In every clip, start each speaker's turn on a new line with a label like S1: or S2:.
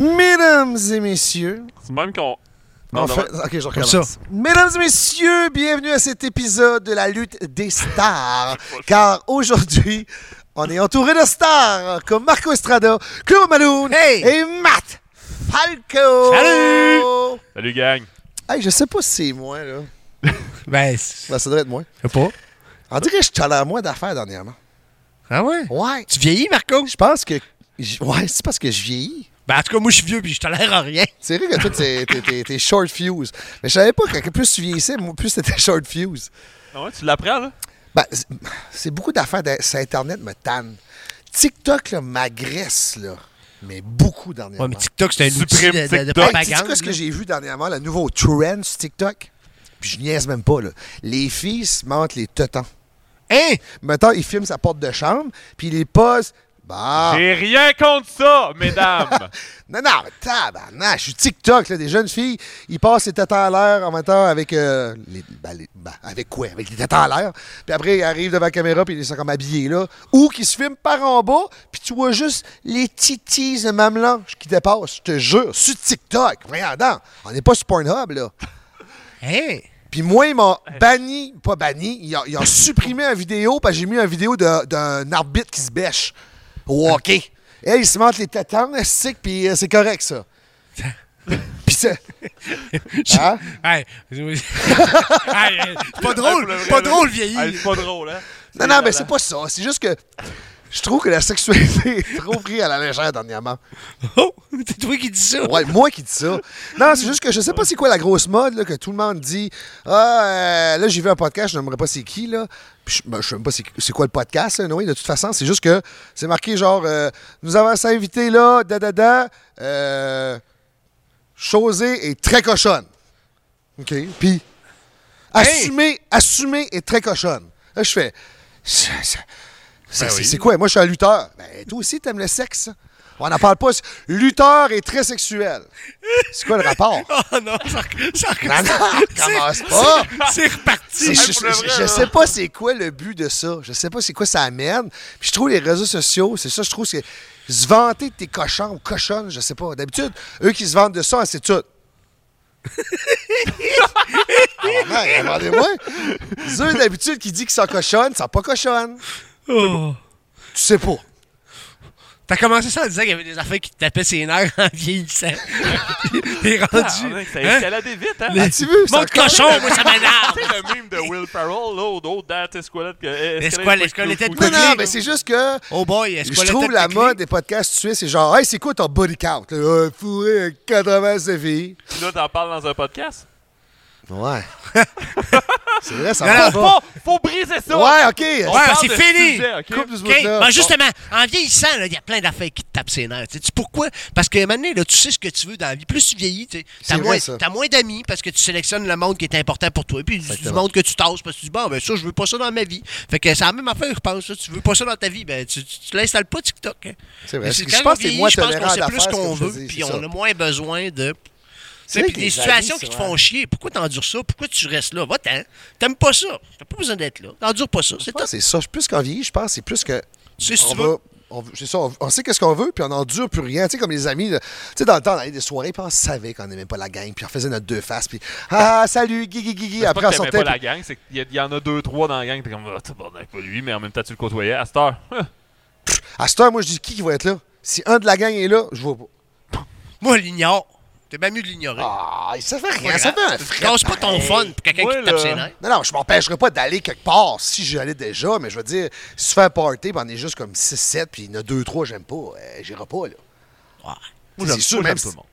S1: Mesdames et messieurs,
S2: C'est même qu'on. Non,
S1: en
S2: non,
S1: fait, ok, je recommence.
S3: ça.
S1: Mesdames et messieurs, bienvenue à cet épisode de la lutte des stars. car aujourd'hui, on est entouré de stars comme Marco Estrada, Claude Maloune
S3: Hey!
S1: et Matt Falco.
S2: Salut! Salut, gang.
S1: Hey, je sais pas si c'est moi, là.
S3: Ben, c'est-
S1: Ben, ça doit être moi.
S3: je sais pas.
S1: On dirait que je suis moins d'affaires dernièrement.
S3: Ah ouais?
S1: Ouais.
S3: Tu vieillis, Marco?
S1: Je pense que. j- Ouais, c'est parce que je vieillis.
S3: Ben, en tout cas, moi, je suis vieux puis je tolère à rien.
S1: C'est vrai que toi, t'es- t'es- t'es t'es short fuse. Mais je savais pas que que plus tu vieillissais, moi, plus t'étais short fuse.
S2: Ah ouais, tu l'apprends, là?
S1: Ben, c'est- c'est beaucoup d'affaires de- sur Internet me tanne. TikTok, là, m'agresse, là. Mais beaucoup dernièrement.
S3: Ouais, mais TikTok, c'est un
S2: Supprime
S3: outil de, de- de
S2: TikTok.
S1: Hey, sais-tu
S3: propagande.
S1: quoi ce que
S3: là.
S1: j'ai vu dernièrement, le nouveau trend sur TikTok? Puis je niaise même pas, là. Les filles se mentent les tetans.
S3: Hein?
S1: Mettons, ils filment sa porte de chambre, puis ils les posent. Bah!
S2: J'ai rien contre ça, mesdames.
S1: Non, non, mais tabarnak, je suis TikTok, là, des jeunes filles, ils passent les têtes à l'air en même temps avec... euh, les, ben, les- ben, avec quoi? Avec les têtes à l'air. Puis après, ils arrivent devant la caméra, puis ils sont comme habillés, là. Ou qui se filment par en bas, puis tu vois juste les titis de mamelons qui dépassent, je te jure, sur TikTok. Voyons donc, on n'est pas sur Pornhub, là.
S3: Hein?
S1: Puis moi, ils m'ont banni, pas banni, ils ont, ils ont supprimé une vidéo parce que j'ai mis une vidéo de- d'un arbitre qui se bêche au hockey. Et ils se montrent les tétans, stick, puis euh, c'est correct, ça. puis c'est... Hein?
S3: Hey, oui. Hey, euh, c'est pas drôle, pas drôle, vieilli.
S2: Hey, c'est pas drôle, hein?
S1: Non, non, mais c'est pas ça. C'est juste que je trouve que la sexualité est trop prise à la légère dernièrement.
S3: Oh, c'est toi qui dis ça.
S1: Ouais, moi qui dis ça. Non, c'est juste que je sais pas c'est quoi la grosse mode là, que tout le monde dit. Ah, euh, là, j'ai vu un podcast, je n'aimerais pas c'est qui, là. Puis je, ben, je sais même pas c'est, c'est quoi le podcast, là, Noé. De toute façon, c'est juste que c'est marqué genre, euh, nous avons ça invité là, da da da. Euh, Chosé est très cochonne. OK. Puis, assumer, assumer est très cochonne. Là, je fais. c'est- c'est- C'est c'est-
S2: Ben oui.
S1: c'est quoi? Moi, je suis un lutteur. Ben, toi aussi, t'aimes le sexe. On n'en parle pas. Lutteur est très sexuel. C'est quoi le rapport?
S3: Oh non, ça, rec- ça rec-
S1: Non, non, commence pas.
S3: c'est- c'est
S1: C'est-
S3: reparti.
S1: je,
S2: pour le vrai,
S1: je- je
S2: là.
S1: sais pas c'est quoi le but de ça. Je sais pas c'est quoi ça amène. Puis je trouve les réseaux sociaux, c'est ça, je trouve, c'est se vanter de tes cochons ou cochonnes, je sais pas. D'habitude, eux qui se vantent de ça, c'est tout. Ah, ouais, demandez-moi. Eux, d'habitude, qui disent qu'ils sont cochonnes, ils sont pas cochonnes.
S3: Oh.
S1: Tu sais pas.
S3: T'as commencé ça en disant qu'il y avait des affaires qui te tapaient ses nerfs en vieillissant. T'es rendu.
S2: Ah, Ça
S3: hein?
S2: escaladait vite, hein?
S1: As-tu vu?
S3: Mon cochon, moi, ça m'énerve.
S2: Tu sais, le mime de Will Ferrell, là, au dos, dans tes squelettes. que- eh,
S3: Escalade,
S2: escalade,
S3: escalade,
S1: Non,
S2: escalade.
S1: non, mais c'est juste que.
S3: Oh boy, est-ce
S1: Je
S3: qu'on
S1: trouve
S3: tête
S1: la
S3: de
S1: mode
S3: clé?
S1: des podcasts tu sais, c'est genre, hey, c'est quoi ton body count? Là, Euh, fourré euh, 87 filles.
S2: Puis là, t'en parles dans un podcast.
S1: Ouais. c'est vrai, ça
S3: Non,
S1: va
S3: non,
S1: pas.
S2: Faut, faut briser ça!
S1: Ouais, ok.
S2: On
S3: Ouais,
S2: parle
S3: c'est
S2: de
S3: fini.
S2: sujet, ok?
S1: Coupe ce
S3: OK,
S1: bout-là.
S3: ben justement, en vieillissant, il y a plein d'affaires qui te tapent ses nerfs. Tu sais pourquoi? Parce que maintenant, là, tu sais ce que tu veux dans la vie. Plus tu vieillis, tu sais,
S1: C'est
S3: t'as
S1: vrai,
S3: moins,
S1: ça.
S3: t'as moins d'amis parce que tu sélectionnes le monde qui est important pour toi. Puis du
S1: Exactement.
S3: monde que tu tasses parce que tu dis, bon, ben ça, je veux pas ça dans ma vie. Fait que c'est la même affaire, je pense. là. Tu veux pas ça dans ta vie, ben tu, tu, tu l'installes pas TikTok. hein.
S1: C'est vrai.
S3: Mais
S1: Je
S3: quand
S1: pense
S3: on
S1: que c'est
S3: vieillit,
S1: moins
S3: je pense
S1: tolérant
S3: qu'on sait
S1: à
S3: plus
S1: l'affaire,
S3: qu'on
S1: ce que je te
S3: veut,
S1: dis,
S3: puis
S1: c'est
S3: on
S1: ça.
S3: a moins besoin de.
S1: C'est
S3: C'est
S1: vrai
S3: puis
S1: que
S3: des
S1: les
S3: situations
S1: amis,
S3: qui te
S1: c'est vrai.
S3: font chier. Pourquoi t'endures ça? Pourquoi tu restes là? Va-t'en. T'aimes pas ça. T'as pas besoin d'être là. T'endures pas ça.
S1: Je
S3: C'est
S1: pense que
S3: top.
S1: c'est ça. Plus qu'on vieillit, je pense, c'est plus que.
S3: Tu sais, si
S1: on
S3: tu
S1: va-
S3: veux.
S1: on veut- c'est ça, on, on sait qu'est-ce qu'on veut, puis on n'endure plus rien. Tu sais, comme les amis, là, tu sais, dans le temps, on allait des soirées, puis on savait qu'on n'aimait pas la gang, puis on faisait notre deux faces, puis ah, salut, gui, gui, gui, gui.
S2: C'est
S1: Après,
S2: pas
S1: on
S2: que t'aimais
S1: sortait.
S2: pas la gang, c'est qu'il y a- il y en a deux, trois dans la gang, t'es comme, ah, tabarnak, pas lui, mais en même temps, tu le côtoyais. À cette heure,
S1: puis- À cette heure, moi, je dis qui qui va être là? Si un de la gang est là, je vois pas.
S3: Moi, je l'ignore. T'es bien mieux de l'ignorer.
S1: Ah, ça fait rien,
S3: Pas
S1: ça fait
S3: grave.
S1: un fret.
S3: Casse pas ton
S1: pareil.
S3: fun pour quelqu'un
S2: Moi,
S3: qui te tape
S2: là-
S3: ses nerfs.
S1: Non, non, je m'empêcherai pas d'aller quelque part si j'y allais déjà, mais je veux dire, si tu fais un party, puis on est juste comme 6-7, puis il y en a 2-3, j'aime pas, euh, j'irai pas, là.
S3: Ouais.
S2: moi,
S1: C'est
S2: j'aime-
S1: sûr,
S2: moi, j'aime
S1: même
S2: tout le
S1: si-
S2: monde.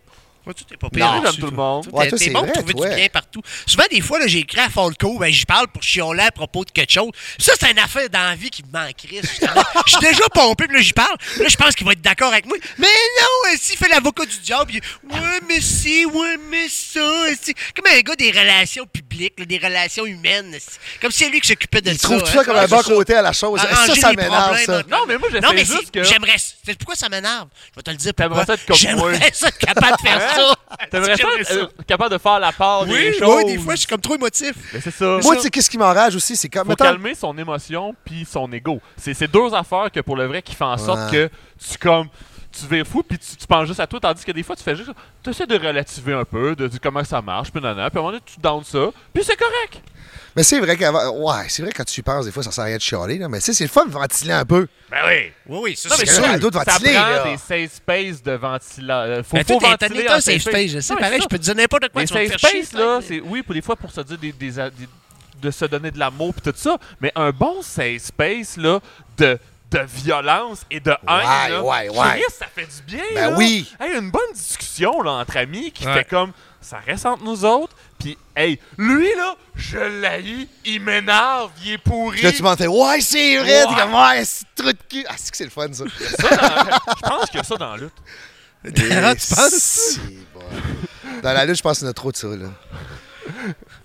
S3: Moi, tu t'es pas
S2: Non,
S3: pire. là-dessus,
S2: j'aime tout le
S3: toi.
S2: monde.
S3: Toi,
S1: Ouais,
S3: t'es-
S1: toi, c'est
S3: T'es bon
S1: vrai,
S3: pour trouver
S1: toi.
S3: du bien partout. Souvent, des fois, là, j'ai écrit à Falco, ben, j'y parle pour chioler à propos de quelque chose. Ça, c'est une affaire d'envie qui me manquerait. justement. Je suis déjà pompé, puis là, j'y parle. Là, je pense qu'il va être d'accord avec moi. Mais non, euh, s'il fait l'avocat du diable, il... ouais, mais si, ouais, mais ça. euh, si. Comme un gars des relations publiques, là, des relations humaines. euh, si. Comme si c'est lui qui s'occupait de
S1: Il
S3: ça.
S1: trouve tout
S3: hein.
S1: ça comme un
S2: Ah,
S3: Ouais,
S1: bon
S3: c'est ça.
S1: côté à la chose. Ça,
S3: Arranger
S1: ça
S3: les
S1: m'énerve,
S3: problèmes hein.
S1: ça.
S3: entre-
S2: Non, mais moi, j'essaie
S3: Non, mais
S2: juste
S3: c'est-
S2: que-
S3: J'aimerais. C'est pourquoi ça m'énerve. Je vais te le dire.
S2: T'aimerais
S3: pourquoi.
S2: ça être comme moi.
S3: J'aimerais ça être capable de faire ça.
S2: T'aimerais ça
S3: J'aimerais
S2: être euh, capable de faire la part
S3: Oui,
S2: des
S3: oui,
S2: choses.
S3: des fois, je suis comme trop émotif.
S2: Mais c'est ça.
S1: Moi, tu sais, qu'est-ce qui m'enrage aussi, c'est comme.
S2: faut
S1: mettons-
S2: calmer son émotion puis son ego. C'est ces deux affaires que pour le vrai qui font en sorte
S1: Ouais.
S2: que tu comme tu vires fou, puis tu, tu penses juste à toi, tandis que des fois, tu fais juste. Tu essaies de relativer un peu, de, de comment ça marche, puis nanana, puis à un moment donné, tu downs ça, puis c'est correct.
S1: Mais c'est vrai qu'avant. Ouais, c'est vrai que quand tu y penses, des fois, ça sert à rien de chialer, là. Mais tu sais, c'est le fun de ventiler un peu.
S2: Ben oui!
S3: Oui, oui, ça,
S2: Non,
S3: c'est
S2: mais
S1: sûr,
S2: sûr,
S1: à d'autres
S2: ça
S1: ventilés,
S2: prend
S1: là.
S2: des safe spaces de ventilation. Faut,
S3: Mais
S2: faut
S3: toi, t'es- t'as
S2: ventiler
S3: mis un
S2: en
S3: safe space, je sais. Pareil, je peux te dire n'importe quoi.
S2: Les
S3: tu vas me
S2: safe
S3: faire chier,
S2: space,
S3: ça.
S2: là, c'est oui, pour des fois, pour se dire des, des, a- des- de se donner de l'amour puis tout ça, mais un bon safe space, là, de, de violence et de haine,
S1: Ouais,
S2: là,
S1: ouais,
S2: je
S1: ouais.
S2: veux dire, ça fait du bien,
S1: Ben
S2: là.
S1: oui.
S2: Hey, une bonne discussion, là, entre amis, qui
S3: Ouais.
S2: fait comme, ça reste entre nous autres, puis, hey, lui, là, je l'haïs, il m'énerve, il est pourri.
S1: Puis là, tu m'en fais Ouais, c'est vrai. T'es
S2: Ouais.
S1: comme Ouais, c'est trou de cul. Ah, c'est que c'est le fun, ça.
S2: Ça, dans- je pense qu'il y a ça dans la lutte.
S3: Ah, tu penses?
S1: Si, bon. Dans la lutte, je pense qu'il y en a trop de ça, là.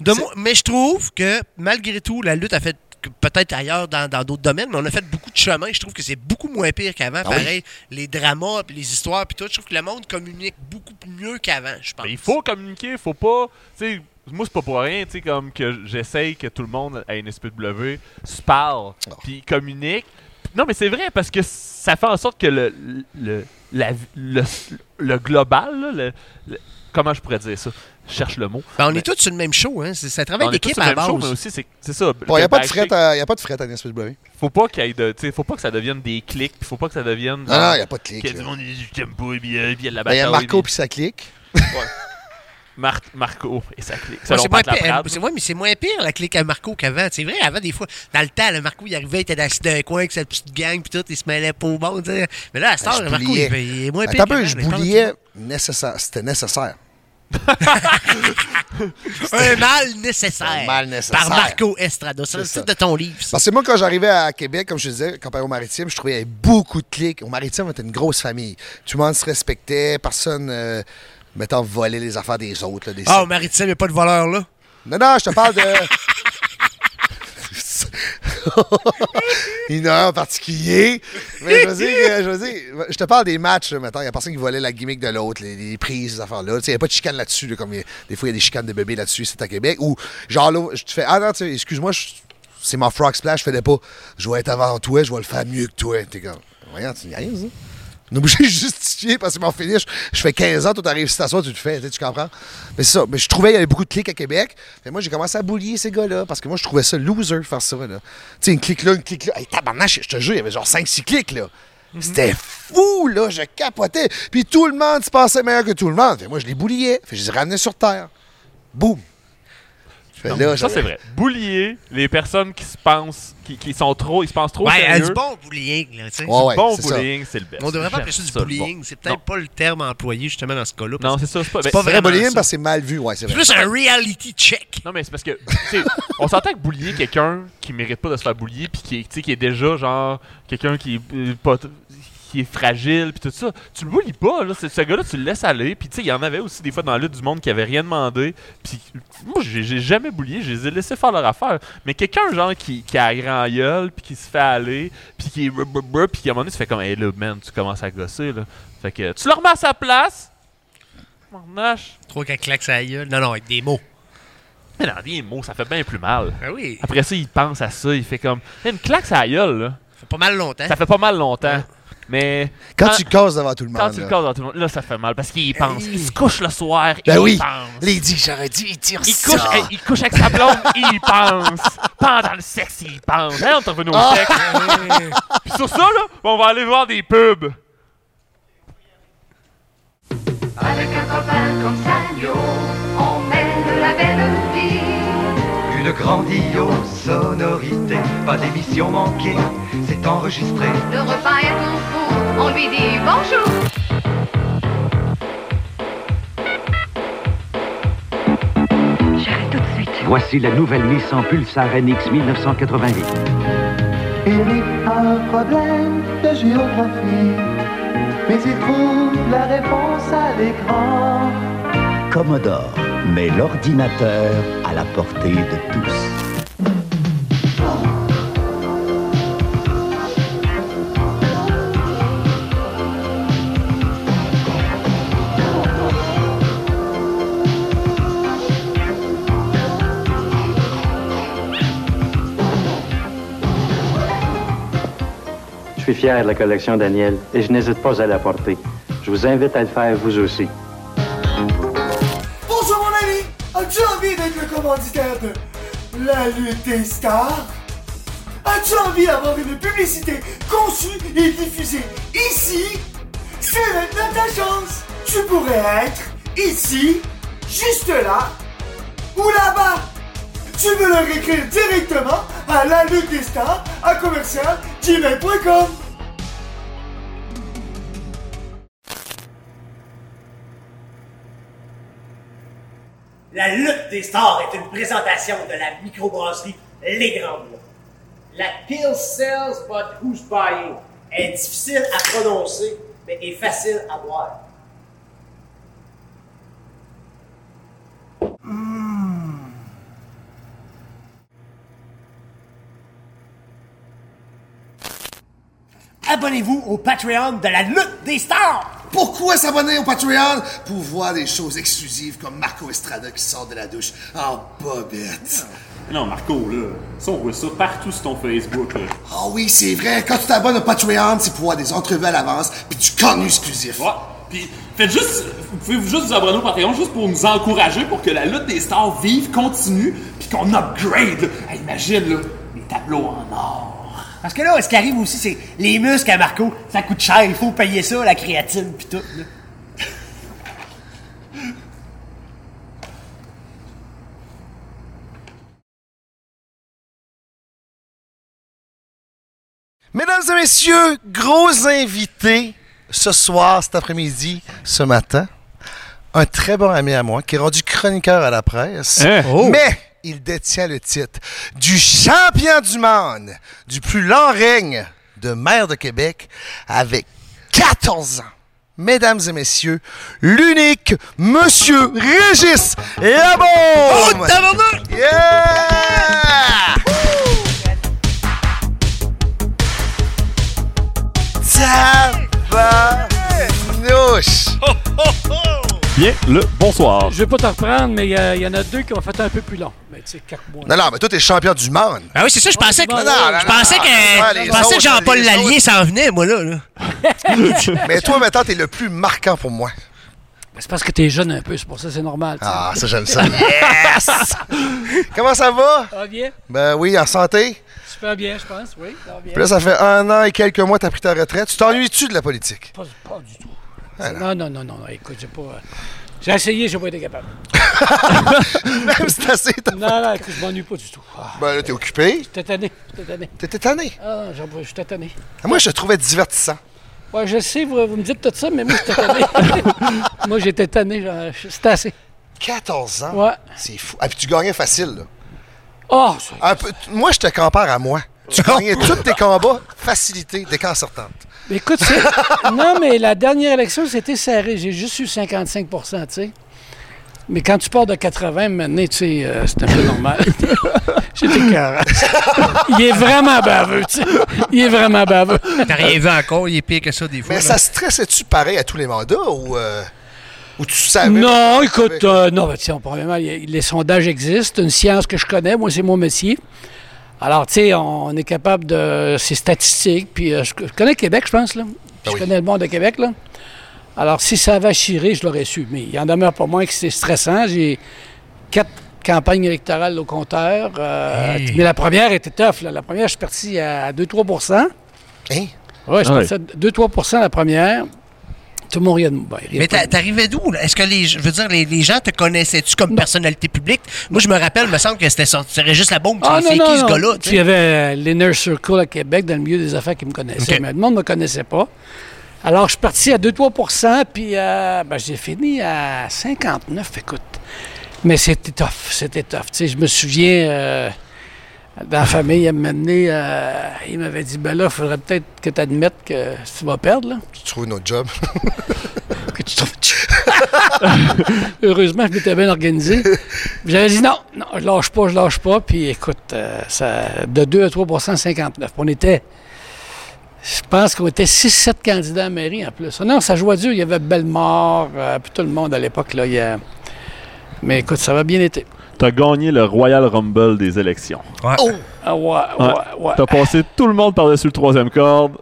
S3: De moi- mais je trouve que malgré tout, la lutte a fait que peut-être ailleurs dans dans d'autres domaines, mais on a fait beaucoup de chemin. Je trouve que c'est beaucoup moins pire qu'avant.
S1: oui?
S3: Pareil, les dramas, puis les histoires, puis tout. Je trouve que le monde communique beaucoup mieux qu'avant, je pense.
S2: Mais il faut communiquer, il faut pas. Tu sais, moi, c'est pas pour rien, tu sais, comme que j'essaye que tout le monde à NSPW se parle,
S1: Oh.
S2: puis communique. Non, mais c'est vrai, parce que ça fait en sorte que le, le, la- le, le global, là, le- le- comment je pourrais dire ça Je cherche le mot.
S3: Ben, on est tous sur le même show, hein. C'est- Ça travaille
S2: On est tous
S3: d'équipe
S2: sur
S3: à
S2: le
S3: la
S2: même
S3: base.
S2: show, mais aussi, c'est c'est ça.
S1: Bon, il n'y a pas de
S2: fret
S1: fret hein. à, y a pas de fret à NSPW.
S2: Faut pas qu'il y ait de. tu sais, faut pas que ça devienne des clics, puis faut pas que ça devienne.
S1: Non, non, il n'y a pas de clic.
S2: qu'il y a du
S1: là.
S2: monde, il t'aime pas, et puis euh, puis il y a de la
S1: Ben, Il y a
S2: bataille,
S1: Marco
S2: puis-
S1: puis ça clique.
S2: Mar- Marco, et ça clique.
S3: Ouais,
S2: Selon
S3: c'est moins
S2: Pat Laprade.
S3: pire, c'est- ouais, mais c'est moins pire la clique à Marco qu'avant. C'est vrai, avant, des fois, dans le temps, le Marco, il arrivait, il était assis dans un coin avec sa petite gang, puis tout, il se mêlait pas au monde. tu sais. Mais là, à ce
S1: Ben,
S3: temps,
S1: je
S3: le Marco, il,
S1: bouliais.
S3: il est moins pire.
S1: Attends un peu,
S3: qu'avant,
S1: je
S3: mais parle-
S1: bouillais nécessaire. C'était nécessaire.
S3: Un mal nécessaire.
S1: Un mal nécessaire.
S3: Par Marco Estrada. C'est le
S1: C'est
S3: titre de ton livre. ça.
S1: Parce que moi, quand j'arrivais à Québec, comme je te disais, comparé au maritime, je trouvais qu'il y avait beaucoup de clics. Au maritime, on était une grosse famille. Tout le monde se respectait. Personne, euh, mettons, volait les affaires des autres. là, des
S3: Ah, au maritime, il n'y a pas de voleur, là.
S1: Non, non, je te parle de. Une heure en particulier. Mais je veux dire, que- je veux dire, je te parle des matchs, là, mettons. Il y a personne qui volait la gimmick de l'autre, les, les prises, ces affaires-là. Tu sais, Il n'y a pas de chicane là-dessus. là, comme il y a- des fois, il y a des chicanes de bébés là-dessus, c'est à Québec. Ou genre, là, je te fais Ah non, tu sais, excuse-moi, je- c'est mon frog splash, je fais pas. Je vais être avant toi, je vais le faire mieux que toi. T'es comme, voyons, tu niaises, hein? On est obligé de justifier parce que mon finish, je fais 15 ans, toi t'arrives si t'assois, tu le fais, tu sais, tu comprends? Mais c'est ça, mais je trouvais qu'il y avait beaucoup de clics à Québec. Mais moi j'ai commencé à boulier ces gars-là parce que moi je trouvais ça loser faire ça. là. Tu sais, une clique là, une clique là. Hey, tabarnache, je te jure, il y avait genre 5-6 clics là. C'était fou, là, je capotais. Puis tout le monde se pensait meilleur que tout le monde. Fait, moi, je les bouliais. Fait, je les ramenais sur Terre. Boum. Fait, Ben là,
S2: ça,
S1: j'avais-
S2: c'est vrai. Boulier, les personnes qui se pensent, qui, qui sont trop, ils se pensent trop
S3: Ouais,
S2: sérieux.
S3: du Ben, bon bullying, là, tu sais.
S1: Ouais, ouais,
S2: bon
S1: c'est ça.
S2: bullying, c'est le best.
S3: On devrait pas
S2: J'aime
S3: appeler ça du
S2: le
S3: bullying.
S2: bon.
S3: C'est peut-être pas le terme employé, justement, dans ce cas-là.
S2: Non,
S3: parce
S2: non, c'est ça. C'est pas, ben,
S3: C'est
S2: mais-
S3: pas
S1: Vrai
S3: vraiment
S1: bullying
S3: ça.
S1: parce que c'est mal vu, ouais, c'est
S3: C'est
S1: vrai.
S3: plus un reality check.
S2: Non, mais c'est parce que, tu sais, on s'entend que boulier quelqu'un qui mérite pas de se faire boulier, puis qui, est- tu sais, qui est déjà, genre, quelqu'un qui est euh, pas t- qui est fragile puis tout ça, tu le bullies pas là, C'est- ce gars-là tu le laisses aller puis tu sais il y en avait aussi des fois dans la lutte du monde qui avait rien demandé puis moi j'ai j'ai jamais boulié, je les ai laissés faire leur affaire, mais quelqu'un genre qui qui a grand gueule puis qui se fait aller puis qui est brr, brr, brr, puis qui à un moment donné tu fais comme hey là man, tu commences à gosser là. Fait que tu le remets à sa place. Mon nage.
S3: Trois, quatre claques, ça gueule. Non, non, avec des mots.
S2: Mais non, des mots, ça fait bien plus mal.
S3: Ah oui.
S2: Après ça, il pense à ça, il fait comme. Hey, Une claque, ça gueule, là.
S3: Ça fait pas mal longtemps.
S2: Ça fait pas mal longtemps. Mais
S1: Quand
S2: Ah.
S1: tu causes devant tout le monde.
S2: quand tu le
S1: là. Eh
S2: casses dans tout le monde, là, ça fait mal parce qu'il y pense. Il se couche le soir,
S1: Ben
S2: il
S1: oui.
S2: pense.
S1: Les dix, j'aurais dit, ils tirent
S2: Il couche, hey, il couche avec sa blonde, il y pense. Pendant le sexe, il y pense. Hey, on est revenu au
S1: Ah.
S2: sexe. Puis sur ça, là, on va aller voir des pubs.
S4: Avec un copain comme Sagno, on mène la belle vie.
S5: Une grandiose sonorité, pas d'émission manquée, c'est enregistré.
S4: Le repas est au four, on lui dit bonjour.
S6: Voici la nouvelle Nissan Pulsar NX 1988.
S7: Il eut un problème de géographie, mais il trouve la réponse à l'écran.
S6: Commodore met l'ordinateur à la portée de tous.
S8: suis fier de la collection Daniel et je n'hésite pas à la porter. Je vous invite à le faire vous aussi.
S9: Bonjour mon ami, as-tu envie d'être le commanditaire de La Lutte des Stars As-tu envie d'avoir une publicité conçue et diffusée ici C'est maintenant ta chance Tu pourrais être ici, juste là, ou là-bas Tu veux leur écrire directement à La Lutte des Stars à commercial gmail.com
S10: La lutte des stars est une présentation de la microbrasserie Les Grandes Lots. La pill sells but who's buying est difficile à prononcer, mais est facile à boire.
S3: Mmh. Abonnez-vous au Patreon de la lutte des stars!
S9: Pourquoi s'abonner au Patreon pour voir des choses exclusives comme Marco Estrada qui sort de la douche en bobette?
S11: Non, Marco, là, ça, on voit ça partout sur ton Facebook, là.
S9: Ah oui, c'est vrai, quand tu t'abonnes au Patreon, c'est pour voir des entrevues à l'avance puis du contenu exclusif.
S11: Ouais. Puis, faites juste, vous pouvez juste vous abonner au Patreon juste pour nous encourager pour que la lutte des stars vive, continue, puis qu'on upgrade. là. Hey, imagine, là, les tableaux en or.
S3: Parce que là, ce qui arrive aussi, c'est les muscles à Marco, ça coûte cher, il faut payer ça, la créatine pis tout. là.
S1: Mesdames et messieurs, gros invités ce soir, cet après-midi, ce matin. Un très bon ami à moi qui est rendu chroniqueur à la presse.
S2: Hein? Oh!
S1: Mais il détient le titre du champion du monde, du plus long règne de maire de Québec avec 14 ans. Mesdames et messieurs, l'unique Monsieur Régis
S3: Oh,
S1: Labaume! Yeah! Tabarnouche!
S2: Bien le bonsoir.
S12: Je vais pas te reprendre, mais il y, en a deux qui ont fait un peu plus long. Mais tu sais, quatre mois.
S1: Non, non, mais toi, t'es champion du monde.
S3: Ah oui, c'est ça, je pensais que.
S1: Non, non, non,
S3: Je pensais
S1: non,
S3: que.
S1: non,
S3: Je
S1: les
S3: pensais que
S1: autres,
S3: Jean-Paul
S1: les
S3: Lallier s'en venait, moi, là. là.
S1: Mais toi, maintenant, t'es le plus marquant pour moi.
S12: Mais C'est parce que t'es jeune un peu, c'est pour ça, c'est normal. tu sais.
S1: Ah, ça, j'aime ça. Yes! Comment ça va?
S12: Ça va bien?
S1: Ben oui, en santé.
S12: Super bien, je pense, oui. Ça va bien.
S1: Puis là, ça fait un an et quelques mois que t'as pris ta retraite. Tu t'ennuies-tu de la politique?
S12: Pas, pas du tout. Non, non, non, non, non, écoute, j'ai pas. euh, J'ai essayé, j'ai pas été capable.
S1: Même si t'as assez... t'as-
S12: Non, non, écoute, je m'ennuie pas du tout. Ah,
S1: Ben là, t'es occupé.
S12: j'étais tanné, j'étais tanné.
S1: T'étais tanné. Ah,
S12: Ah, j'en vois, j'étais tanné.
S1: Moi, je te trouvais divertissant.
S12: Ouais, je sais, vous, vous me dites tout ça, mais moi, j'étais tanné. moi, j'étais tanné, j'en- c'était assez.
S1: 14 ans?
S12: Ouais.
S1: C'est fou. Ah, puis tu gagnais facile, là. Ah,
S12: Oh, ça-
S1: Un peu- t- moi, je te compare à moi. Tu gagnais tous tes combats, facilité, déconcertante.
S12: Mais Écoute, c'est- non, mais la dernière élection, c'était serré. J'ai juste eu 55 tu sais. Mais quand tu pars de 80, maintenant, tu sais, euh, c'est un peu normal. J'étais 40. Il est vraiment baveux, tu sais. Il est vraiment baveux.
S3: T'as rien vu encore, il est pire que ça des fois.
S1: Mais
S3: là.
S1: ça stressait-tu pareil à tous les mandats ou, euh, ou tu savais?
S12: Non,
S1: tu
S12: écoute,
S1: savais?
S12: euh, non, ben, tiens, premièrement, il y a- les sondages existent, c'est une science que je connais, moi, c'est mon métier. Alors, tu sais, on est capable de. C'est statistique, puis euh, je, je connais Québec, je pense, là. Puis je
S1: oui.
S12: connais le monde de Québec, là. Alors, si ça avait chiré, je l'aurais su, mais il en demeure pas moins que c'est stressant. J'ai quatre campagnes électorales au compteur, euh, mais la première était tough, là. La première, je suis parti à 2-3
S1: Hein?
S12: Ouais, je
S2: Ah
S12: suis
S2: ouais.
S12: parti à 2-3 la première. Tout le monde riait de moi. Ben, il riait
S3: Mais
S12: pas de
S3: t'as- t'arrivais d'où? là? Est-ce que les, je veux dire, les, les gens te connaissaient-tu comme personnalité publique? Moi, je me rappelle, me semble que c'était sorti- c'était juste la bombe.
S12: Ah
S3: c'est
S12: non,
S3: qui
S12: non,
S3: ce
S12: non.
S3: gars-là? tu
S12: Puis Il y
S3: sais?
S12: avait euh, l'Inner Circle à Québec dans le milieu des affaires qui me connaissaient.
S3: OK.
S12: Mais le monde ne me connaissait pas. Alors, je suis parti à 2-3 puis euh, ben, j'ai fini à 59, écoute. Mais c'était tough, c'était tough. Tu sais, je me souviens, euh, dans la famille, il m'a amené, euh, il m'avait dit, ben là, il faudrait peut-être que tu admettes que tu vas perdre, là,
S1: Tu trouves notre job.
S12: que tu trouves... Heureusement, je m'étais bien organisé. J'avais dit non, non, je lâche pas, je lâche pas. Puis écoute, euh, ça, de 2 à 3 59. On était, je pense qu'on était 6-7 candidats à mairie en plus. Non, ça jouait dur. Il y avait Bellemare, euh, puis tout le monde à l'époque. là. il y a- Mais écoute, ça va bien été.
S11: T'as gagné le Royal Rumble des élections.
S3: Oh.
S12: Ah, ouais, ouais, ouais.
S11: T'as passé tout le monde par-dessus le troisième corde.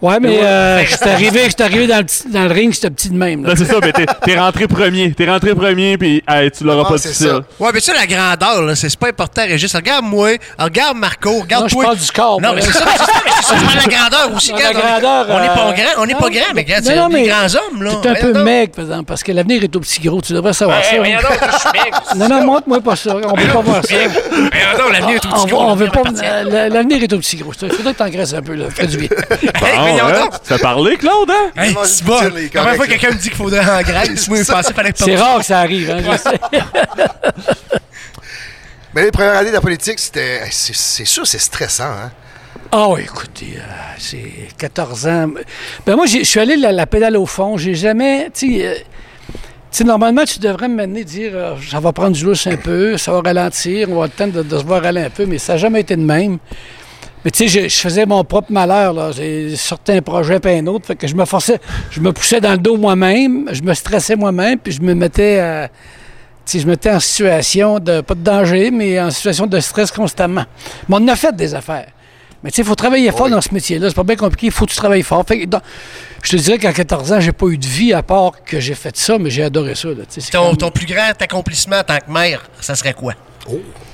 S12: Ouais, mais
S2: Ouais.
S12: euh, je suis arrivé, je suis arrivé dans, le petit- dans le ring, c'était petit de même. là.
S2: Non, c'est ça, mais t'es t'es rentré premier. T'es rentré premier, puis hey, tu
S1: Ah,
S2: l'auras pas difficile.
S3: Ouais, mais ça, la grandeur, là, c'est c'est pas important, Régis. Regarde-moi, regarde Marco, regarde-toi.
S12: je parle du corps,
S3: Non,
S12: moi,
S3: mais
S12: là.
S3: c'est ça, mais c'est ça, mais c'est ça, je parle de la grandeur aussi.
S12: La
S3: regarde, on-
S12: grandeur,
S3: on n'est pas
S12: euh,
S3: grand, on n'est pas
S12: non,
S3: grand, mais regarde,
S12: non,
S3: c'est
S12: non,
S3: des
S12: mais
S3: grands hommes, là.
S12: T'es un peu
S3: Regarde donc.
S12: mec, par exemple, parce que l'avenir est au petit gros, tu devrais savoir ça.
S3: Ben, voyons donc, je suis mec.
S12: Non, non, montre-moi pas ça. On peut pas voir ça.
S3: Mais attends, l'avenir est au petit
S12: On-
S3: gros,
S12: On
S3: l'avenir
S12: veut pas.
S3: appartient.
S12: euh, la- L'avenir est au petit gros. Il faudrait que t'engraisses un peu, là. Fais du bien.
S1: Ah,
S2: Bon, hein? Ça parlé, Claude, hein?
S3: Ah, Hey, c'est bon. La première fois que quelqu'un me dit qu'il faudrait en Grèce, moi, je pensais qu'il fallait pas.
S12: C'est rare que ça arrive, hein, je sais.
S1: Mais les premières années de la politique, c'était. C'est c'est sûr, c'est stressant, hein?
S12: Ah oui, écoutez, euh, c'est 14 ans. Ben moi, j'ai- je suis allé la, la pédale au fond. J'ai jamais, tu sais, euh, tu sais, normalement, tu devrais m'amener dire, euh, ça va prendre du lousse un peu, ça va ralentir, on va le temps de, de se voir aller un peu, mais ça n'a jamais été de même. Mais tu sais, je, je faisais mon propre malheur, là. J'ai sorti un projet, puis un autre. Fait que je me forçais, je me poussais dans le dos moi-même, je me stressais moi-même, puis je me mettais à- tu sais, je me mettais en situation de, pas de danger, mais en situation de stress constamment. Mais on en a fait des affaires. Mais tu sais, il faut travailler fort dans ce métier-là. C'est pas bien compliqué, il faut que tu travailles fort. Fait que dans- je te dirais qu'à 14 ans, j'ai pas eu de vie à part que j'ai fait ça, mais j'ai adoré ça. Là, Tu sais, c'est
S3: Ton,
S12: comme-
S3: ton plus grand accomplissement en tant que maire, ça serait quoi?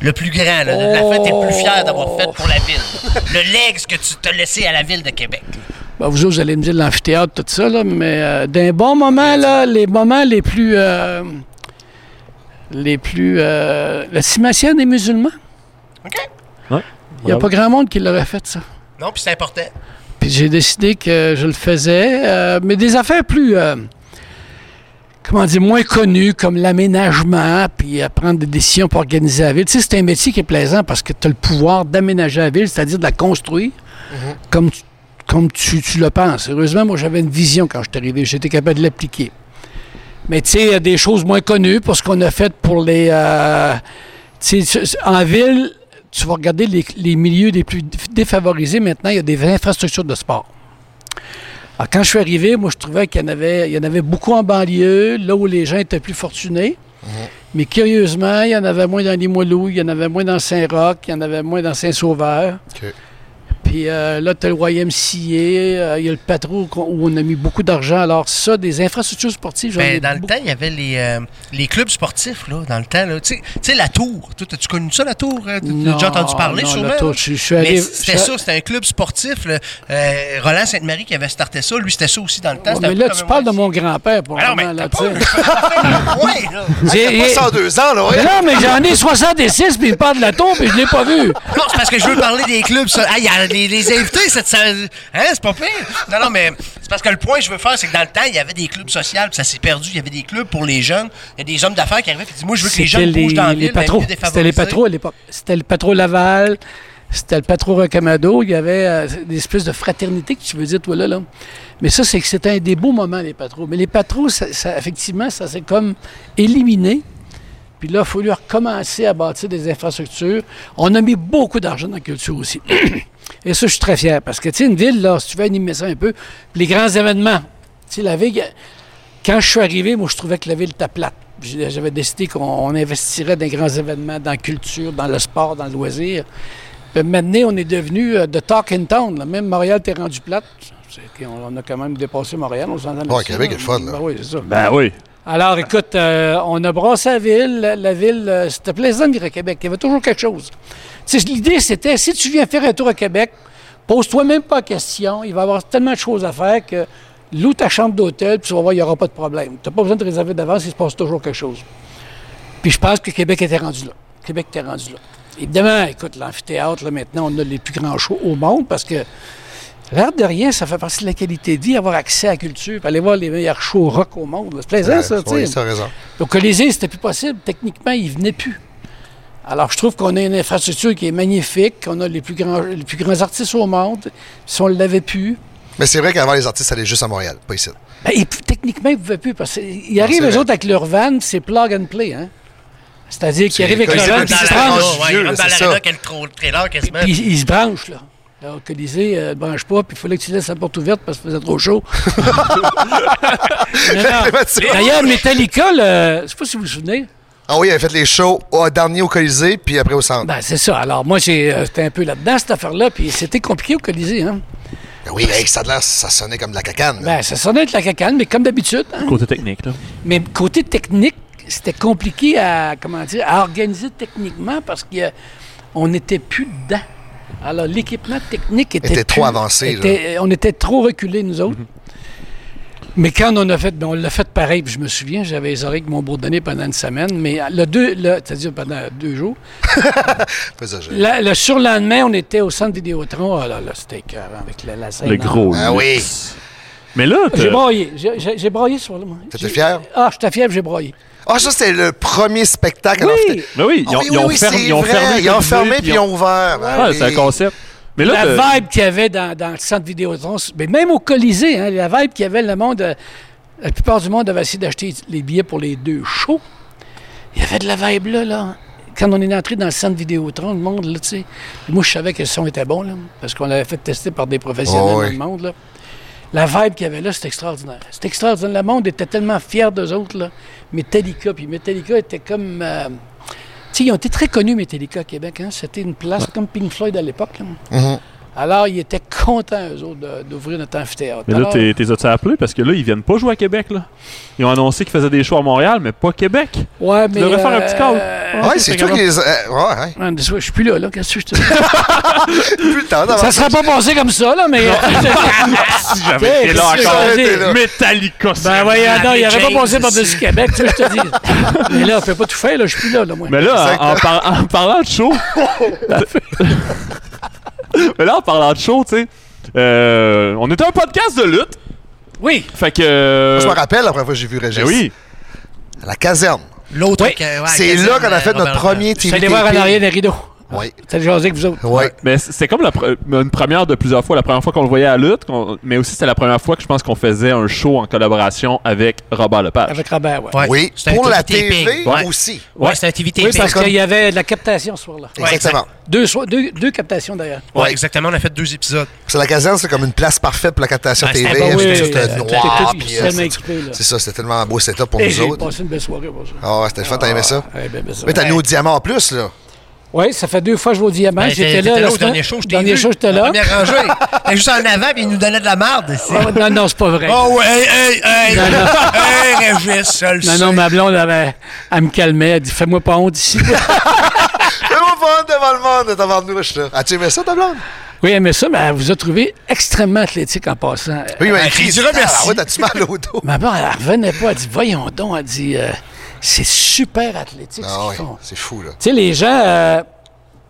S3: Le plus grand, là, la
S12: Oh.
S3: fête est plus fière d'avoir fait pour la ville. Le leg que tu t'as laissé à la ville de Québec.
S12: Ben, vous autres, vous allez me dire de l'amphithéâtre, tout ça, là, mais euh, d'un bon moment, là, les moments les plus. euh, les plus. euh, la cimation des musulmans.
S2: Ouais.
S12: Il n'y a pas grand monde qui l'aurait fait, ça.
S3: Non, puis c'est important.
S12: Puis j'ai décidé que je le faisais, euh, mais des affaires plus, euh, comment dire, moins connues, comme l'aménagement, puis euh, prendre des décisions pour organiser la ville. Tu sais, c'est un métier qui est plaisant parce que tu as le pouvoir d'aménager la ville, c'est-à-dire de la construire comme, tu, comme tu, tu le penses. Heureusement, moi, j'avais une vision quand je suis arrivé, j'étais capable de l'appliquer. Mais tu sais, il y a des choses moins connues pour ce qu'on a fait pour les. euh, tu sais, tu- en ville, tu vas regarder les, les milieux les plus dé- défavorisés maintenant, il y a des infrastructures de sport. Alors, quand je suis arrivé, moi, je trouvais qu'il y en avait, il y en avait beaucoup en banlieue, là où les gens étaient plus fortunés.
S3: Mm-hmm.
S12: Mais curieusement, il y en avait moins dans Limoilou, il y en avait moins dans Saint-Roch, il y en avait moins dans Saint-Sauveur. Puis euh, là, tu as le YMCA, euh, il y a le patro qu'on- où on a mis beaucoup d'argent. Alors ça, des infrastructures sportives, j'en ai
S3: Ben, dans le temps, il y avait les, euh, les clubs sportifs, là, dans le temps. là. Tu sais- tu sais, la Tour. Toi, as-tu connu ça, la Tour? hein? T'as t'as
S12: Non,
S3: déjà entendu parler,
S12: non,
S3: sûrement?
S12: la Tour,
S3: là?
S12: je suis- je suis allé-
S3: Mais C'était
S12: je suis-
S3: ça, c'était un club sportif. là. Euh, Roland Sainte-Marie qui avait starté ça, lui, c'était ça aussi dans le temps.
S12: Ouais,
S3: C'était un
S12: mais
S3: peu
S12: là,
S3: comme
S12: tu
S3: un-
S12: parles de mon grand-père pour
S3: Ah non,
S12: vraiment,
S3: mais
S12: là,
S3: t'as pas-
S12: tu sais.
S3: Ouais, là.
S1: Hey, t'as pas 102 ans, là, ouais.
S12: Mais non, mais j'en ai 66, puis il parle de la tombe, puis je l'ai pas vu.
S3: Non, c'est parce que je veux parler des clubs. Ça. Ah, il y a les, les invités, cette salle. Hein, c'est pas pire. Non, non, mais c'est parce que le point que je veux faire, c'est que dans le temps, il y avait des clubs sociaux, puis ça s'est perdu. Il y avait des clubs pour les jeunes. Il y a des hommes d'affaires qui arrivaient, puis disent Moi, je veux que les
S12: C'était
S3: jeunes bougent dans la
S12: les,
S3: ville.
S12: les
S3: dans les
S12: patrons.
S3: milieux
S12: C'était les
S3: défavorisés.
S12: patrons à l'époque. C'était le patron Laval, c'était le patron Recamado. Il y avait euh, des espèces de fraternité que tu veux dire, toi, là. là. Mais ça, c'est que c'était un des beaux moments, les patrons. Mais les patrons, ça, ça- effectivement, ça s'est comme éliminé. Puis là, il faut lui recommencer à bâtir des infrastructures. On a mis beaucoup d'argent dans la culture aussi. Et ça, je suis très fier. Parce que, tu sais, une ville, là, si tu veux animer ça un peu, les grands événements. Tu sais, la ville, quand je suis arrivé, moi, je trouvais que la ville était plate. J'ai- J'avais décidé qu'on on investirait dans les grands événements, dans la culture, dans le sport, dans le loisir. Puis maintenant, on est devenu euh, de talk in town. là. Même Montréal t'es rendu plate. C'est qu'on- on a quand même dépassé Montréal, on s'entend.
S1: Ouais,
S12: là-dessus,
S1: Québec
S12: là.
S1: est le fun, là.
S12: Ben oui, c'est ça.
S2: Ben oui.
S12: Alors, écoute, euh, on a brassé la ville. La ville, euh, c'était plaisant de vivre à Québec. Il y avait toujours quelque chose. Tu sais, L'idée, c'était, si tu viens faire un tour à Québec, pose-toi même pas la question. Il va y avoir tellement de choses à faire que loue ta chambre d'hôtel, puis tu vas voir, il n'y aura pas de problème. Tu n'as pas besoin de réserver d'avance, il se passe toujours quelque chose. Puis je pense que Québec était rendu là. Québec était rendu là. Évidemment, écoute, l'amphithéâtre, là, maintenant, on a les plus grands shows au monde parce que l'air de rien, ça fait partie de la qualité de vie, avoir accès à la culture, puis aller voir les meilleurs shows rock au monde. là. C'est plaisant,
S1: Ouais,
S12: ça, tu sais.
S1: Oui, t'as raison.
S12: Donc, Colisée, c'était plus possible. Techniquement, il venait plus. Alors, je trouve qu'on a une infrastructure qui est magnifique, qu'on a les plus grands, les plus grands artistes au monde. Si on l'avait pu,
S1: Mais c'est vrai qu'avant, les artistes allaient juste à Montréal, pas ici.
S12: ben, ils pou- techniquement, ils ne pouvaient plus. Parce qu'ils
S1: Non,
S12: arrivent,
S1: c'est
S12: eux
S1: vrai.
S12: autres, avec leur van, c'est plug and play. Hein? C'est-à-dire qu'ils arrivent avec
S1: comme-
S12: leur van,
S1: c'est
S12: puis ils
S1: comme
S12: se
S1: dans la
S12: branchent.
S1: rue,
S3: Comme
S1: là,
S3: dans
S1: c'est
S3: l'arena,
S1: ça.
S3: quel tro- trailer quasiment.
S12: Puis ils- ils se branchent, là. Alors, Colisée ne branche pas, puis il fallait que tu laisses la porte ouverte parce qu'il faisait trop chaud. Non, non. D'ailleurs, Metallica, le- je ne sais pas si vous vous souvenez,
S1: Ah oui, ils avaient fait les shows au dernier au Colisée, puis
S12: Bah.
S1: après au centre.
S12: Ben, c'est ça. Alors, moi, j'ai, euh, j'étais un peu là-dedans, cette affaire-là, puis c'était compliqué au Colisée. Hein?
S1: Ben oui, hey, ça, a l'air- ça sonnait comme de la cacane. là.
S12: Ben, ça sonnait de la cacane, mais comme d'habitude. hein.
S2: Côté technique, là.
S12: Mais côté technique, c'était compliqué à, comment dire, à organiser techniquement parce qu'on n'était plus dedans. Alors, l'équipement technique était,
S1: Était trop
S12: plus-
S1: avancé, là.
S12: était- euh, on était trop reculés, nous autres.
S2: Mhm.
S12: Mais quand on a fait, ben, on l'a fait pareil, puis je me souviens, j'avais les oreilles avec mon bourdonné pendant une semaine, mais le deux, le- c'est-à-dire pendant deux jours.
S1: Fais ça, je-
S12: La- le surlendemain, on était au centre Vidéotron. Ah là là, c'était écœurant avec la, la scène.
S2: Le gros.
S1: Ah oui.
S2: Mais là, t'as-
S12: J'ai broyé. J'ai- J'ai j'ai broyé sur le.
S1: euh, T'étais fier?
S12: Ah, j'étais fier, j'ai broyé.
S1: Ah, ça, c'était le premier spectacle.
S12: Oui.
S1: Alors, c'était-
S2: Ben oui, ils
S1: Ah
S2: ont,
S1: oui,
S2: ils ont
S1: oui,
S2: fermé,
S1: c'est
S2: ils ont
S1: vrai.
S2: fermé.
S1: Ils ont
S2: le
S1: fermé
S2: musée,
S1: puis ils ont ouvert. Ben
S2: Ouais,
S1: oui.
S2: c'est un concept. Mais là,
S12: la
S2: t'as-
S12: vibe qu'il y avait dans, dans le centre Vidéotron, c- mais même au Colisée, hein, la vibe qu'il y avait, le monde, euh, la plupart du monde avait essayé d'acheter les billets pour les deux shows. Il y avait de la vibe là, là. Quand on est entré dans le centre Vidéotron, le monde, là, tu sais, moi, je savais que le son était bon, là, parce qu'on l'avait fait tester par des professionnels
S1: Oh, oui.
S12: dans le monde, là. La vibe qu'il y avait là, c'était extraordinaire. C'était extraordinaire. Le monde était tellement fier d'eux autres, là. Metallica, puis Metallica était comme... euh, tu sais, ils ont été très connus, Metallica, à Québec. hein. C'était une place comme Pink Floyd à l'époque. là.
S1: Mhm.
S12: Alors, ils étaient contents, eux autres, de- d'ouvrir notre amphithéâtre.
S2: Mais là,
S12: Alors,
S2: t'es t'es as-tu appelé? Parce que là, ils viennent pas jouer à Québec, là. Ils ont annoncé qu'ils faisaient des shows à Montréal, mais pas Québec.
S12: ouais, mais,
S2: Tu devrais faire un petit call.
S12: euh,
S1: Ouais, c'est toi qui les. euh, ouais, ouais.
S12: man, Je suis plus là, là. Qu'est-ce que je te dis?
S1: Plus le temps
S12: Ça
S1: d'avoir-
S12: serait pas passé comme ça, là, mais. euh,
S2: si j'avais été là
S12: Qu'est-ce que
S2: encore.
S12: j'aurais été là?
S2: Metallica,
S12: ben, voyons, non, il
S3: Avec
S12: aurait pas
S3: James.
S12: passé par-dessus Québec, tu sais, je te dis. Mais là, on peut pas tout faire, là. Je suis plus là, là, moi.
S2: Mais là, en, en par- en parlant de show. mais là, en parlant de show, tu sais. euh, on était un podcast de lutte.
S12: Oui.
S2: Fait que.
S1: Je me rappelle la première fois que j'ai vu Régis.
S2: euh, Ben oui.
S1: À la caserne.
S3: L'autre.
S12: Oui.
S3: que- ouais,
S1: C'est
S3: Kazan,
S1: là qu'on a fait
S3: euh,
S12: ben,
S1: notre
S3: Robert-
S1: premier
S12: Je suis
S1: TV.
S12: allé voir en arrière des rideaux.
S1: Oui.
S12: T'as jasé avec vous autres.
S1: Oui.
S2: Mais c- c'est comme la pre- une première de plusieurs fois. La première fois qu'on le voyait à la lutte, qu'on- mais aussi c'était la première fois que je pense qu'on faisait un show en collaboration avec Robert Lepage.
S12: Avec Robert, ouais.
S3: Ouais.
S1: Oui.
S3: C'était un
S1: Pour la
S3: TV.
S1: TV
S3: Ouais.
S1: aussi.
S3: Ouais, c'est un TV
S12: Oui, parce
S1: comme-
S12: qu'il y avait de la captation ce soir-là.
S3: Ouais,
S1: Exactement.
S12: Deux, so- deux, deux captations, d'ailleurs.
S1: Ouais.
S3: Ouais, exactement. On a fait deux épisodes.
S1: C'est la caserne, c'est comme une place parfaite pour la captation
S3: Ah,
S1: TV.
S3: c'était-
S1: avec
S3: oui,
S1: tout
S3: c'était-
S1: le
S12: c'était
S1: noir.
S12: tout
S1: puis, euh,
S12: tellement
S1: C'est
S12: équipé, là.
S1: c'est ça, c'était tellement un beau setup pour
S12: Et
S1: nous
S12: j'ai
S1: autres.
S12: passé une belle soirée pour ça.
S1: Ah, ouais, c'était le fun, t'as aimé ça?
S12: Ouais, ben, ben, ça.
S1: Mais t'as mis au diamant en plus, là.
S12: Oui, ça fait deux fois que je vais au diamant.
S3: Ben,
S12: j'étais
S3: t'étais
S12: là.
S3: au dernier show, je t'ai
S12: dernier
S3: vu.
S12: show, j'étais
S3: La
S12: là.
S3: Première rangée. T'es juste en avant, puis il nous donnait de la merde. ici.
S12: Ah, non, non, c'est pas vrai.
S3: Oh, ouais, hey, hey, hey,
S12: Non, non.
S3: hey, Régis, seul.
S12: non, non, ma blonde, elle, avait- elle me calmait. Elle dit Fais-moi pas honte ici.
S1: C'est mon fun devant le monde, devant nous, je là. As-tu aimé ça, ta blonde?
S12: oui, elle aimait ça, mais elle vous a trouvé extrêmement athlétique en passant.
S1: Oui, il m'a
S3: il
S1: écrit.
S3: dira merci.
S1: Ah, ouais, t'as-tu mal au dos?
S12: Ma blonde, elle revenait pas. Elle dit Voyons donc. Elle dit euh, C'est super athlétique
S1: Ah,
S12: ce
S1: ouais,
S12: qu'ils font.
S1: c'est fou, là.
S12: Tu sais, les gens. euh,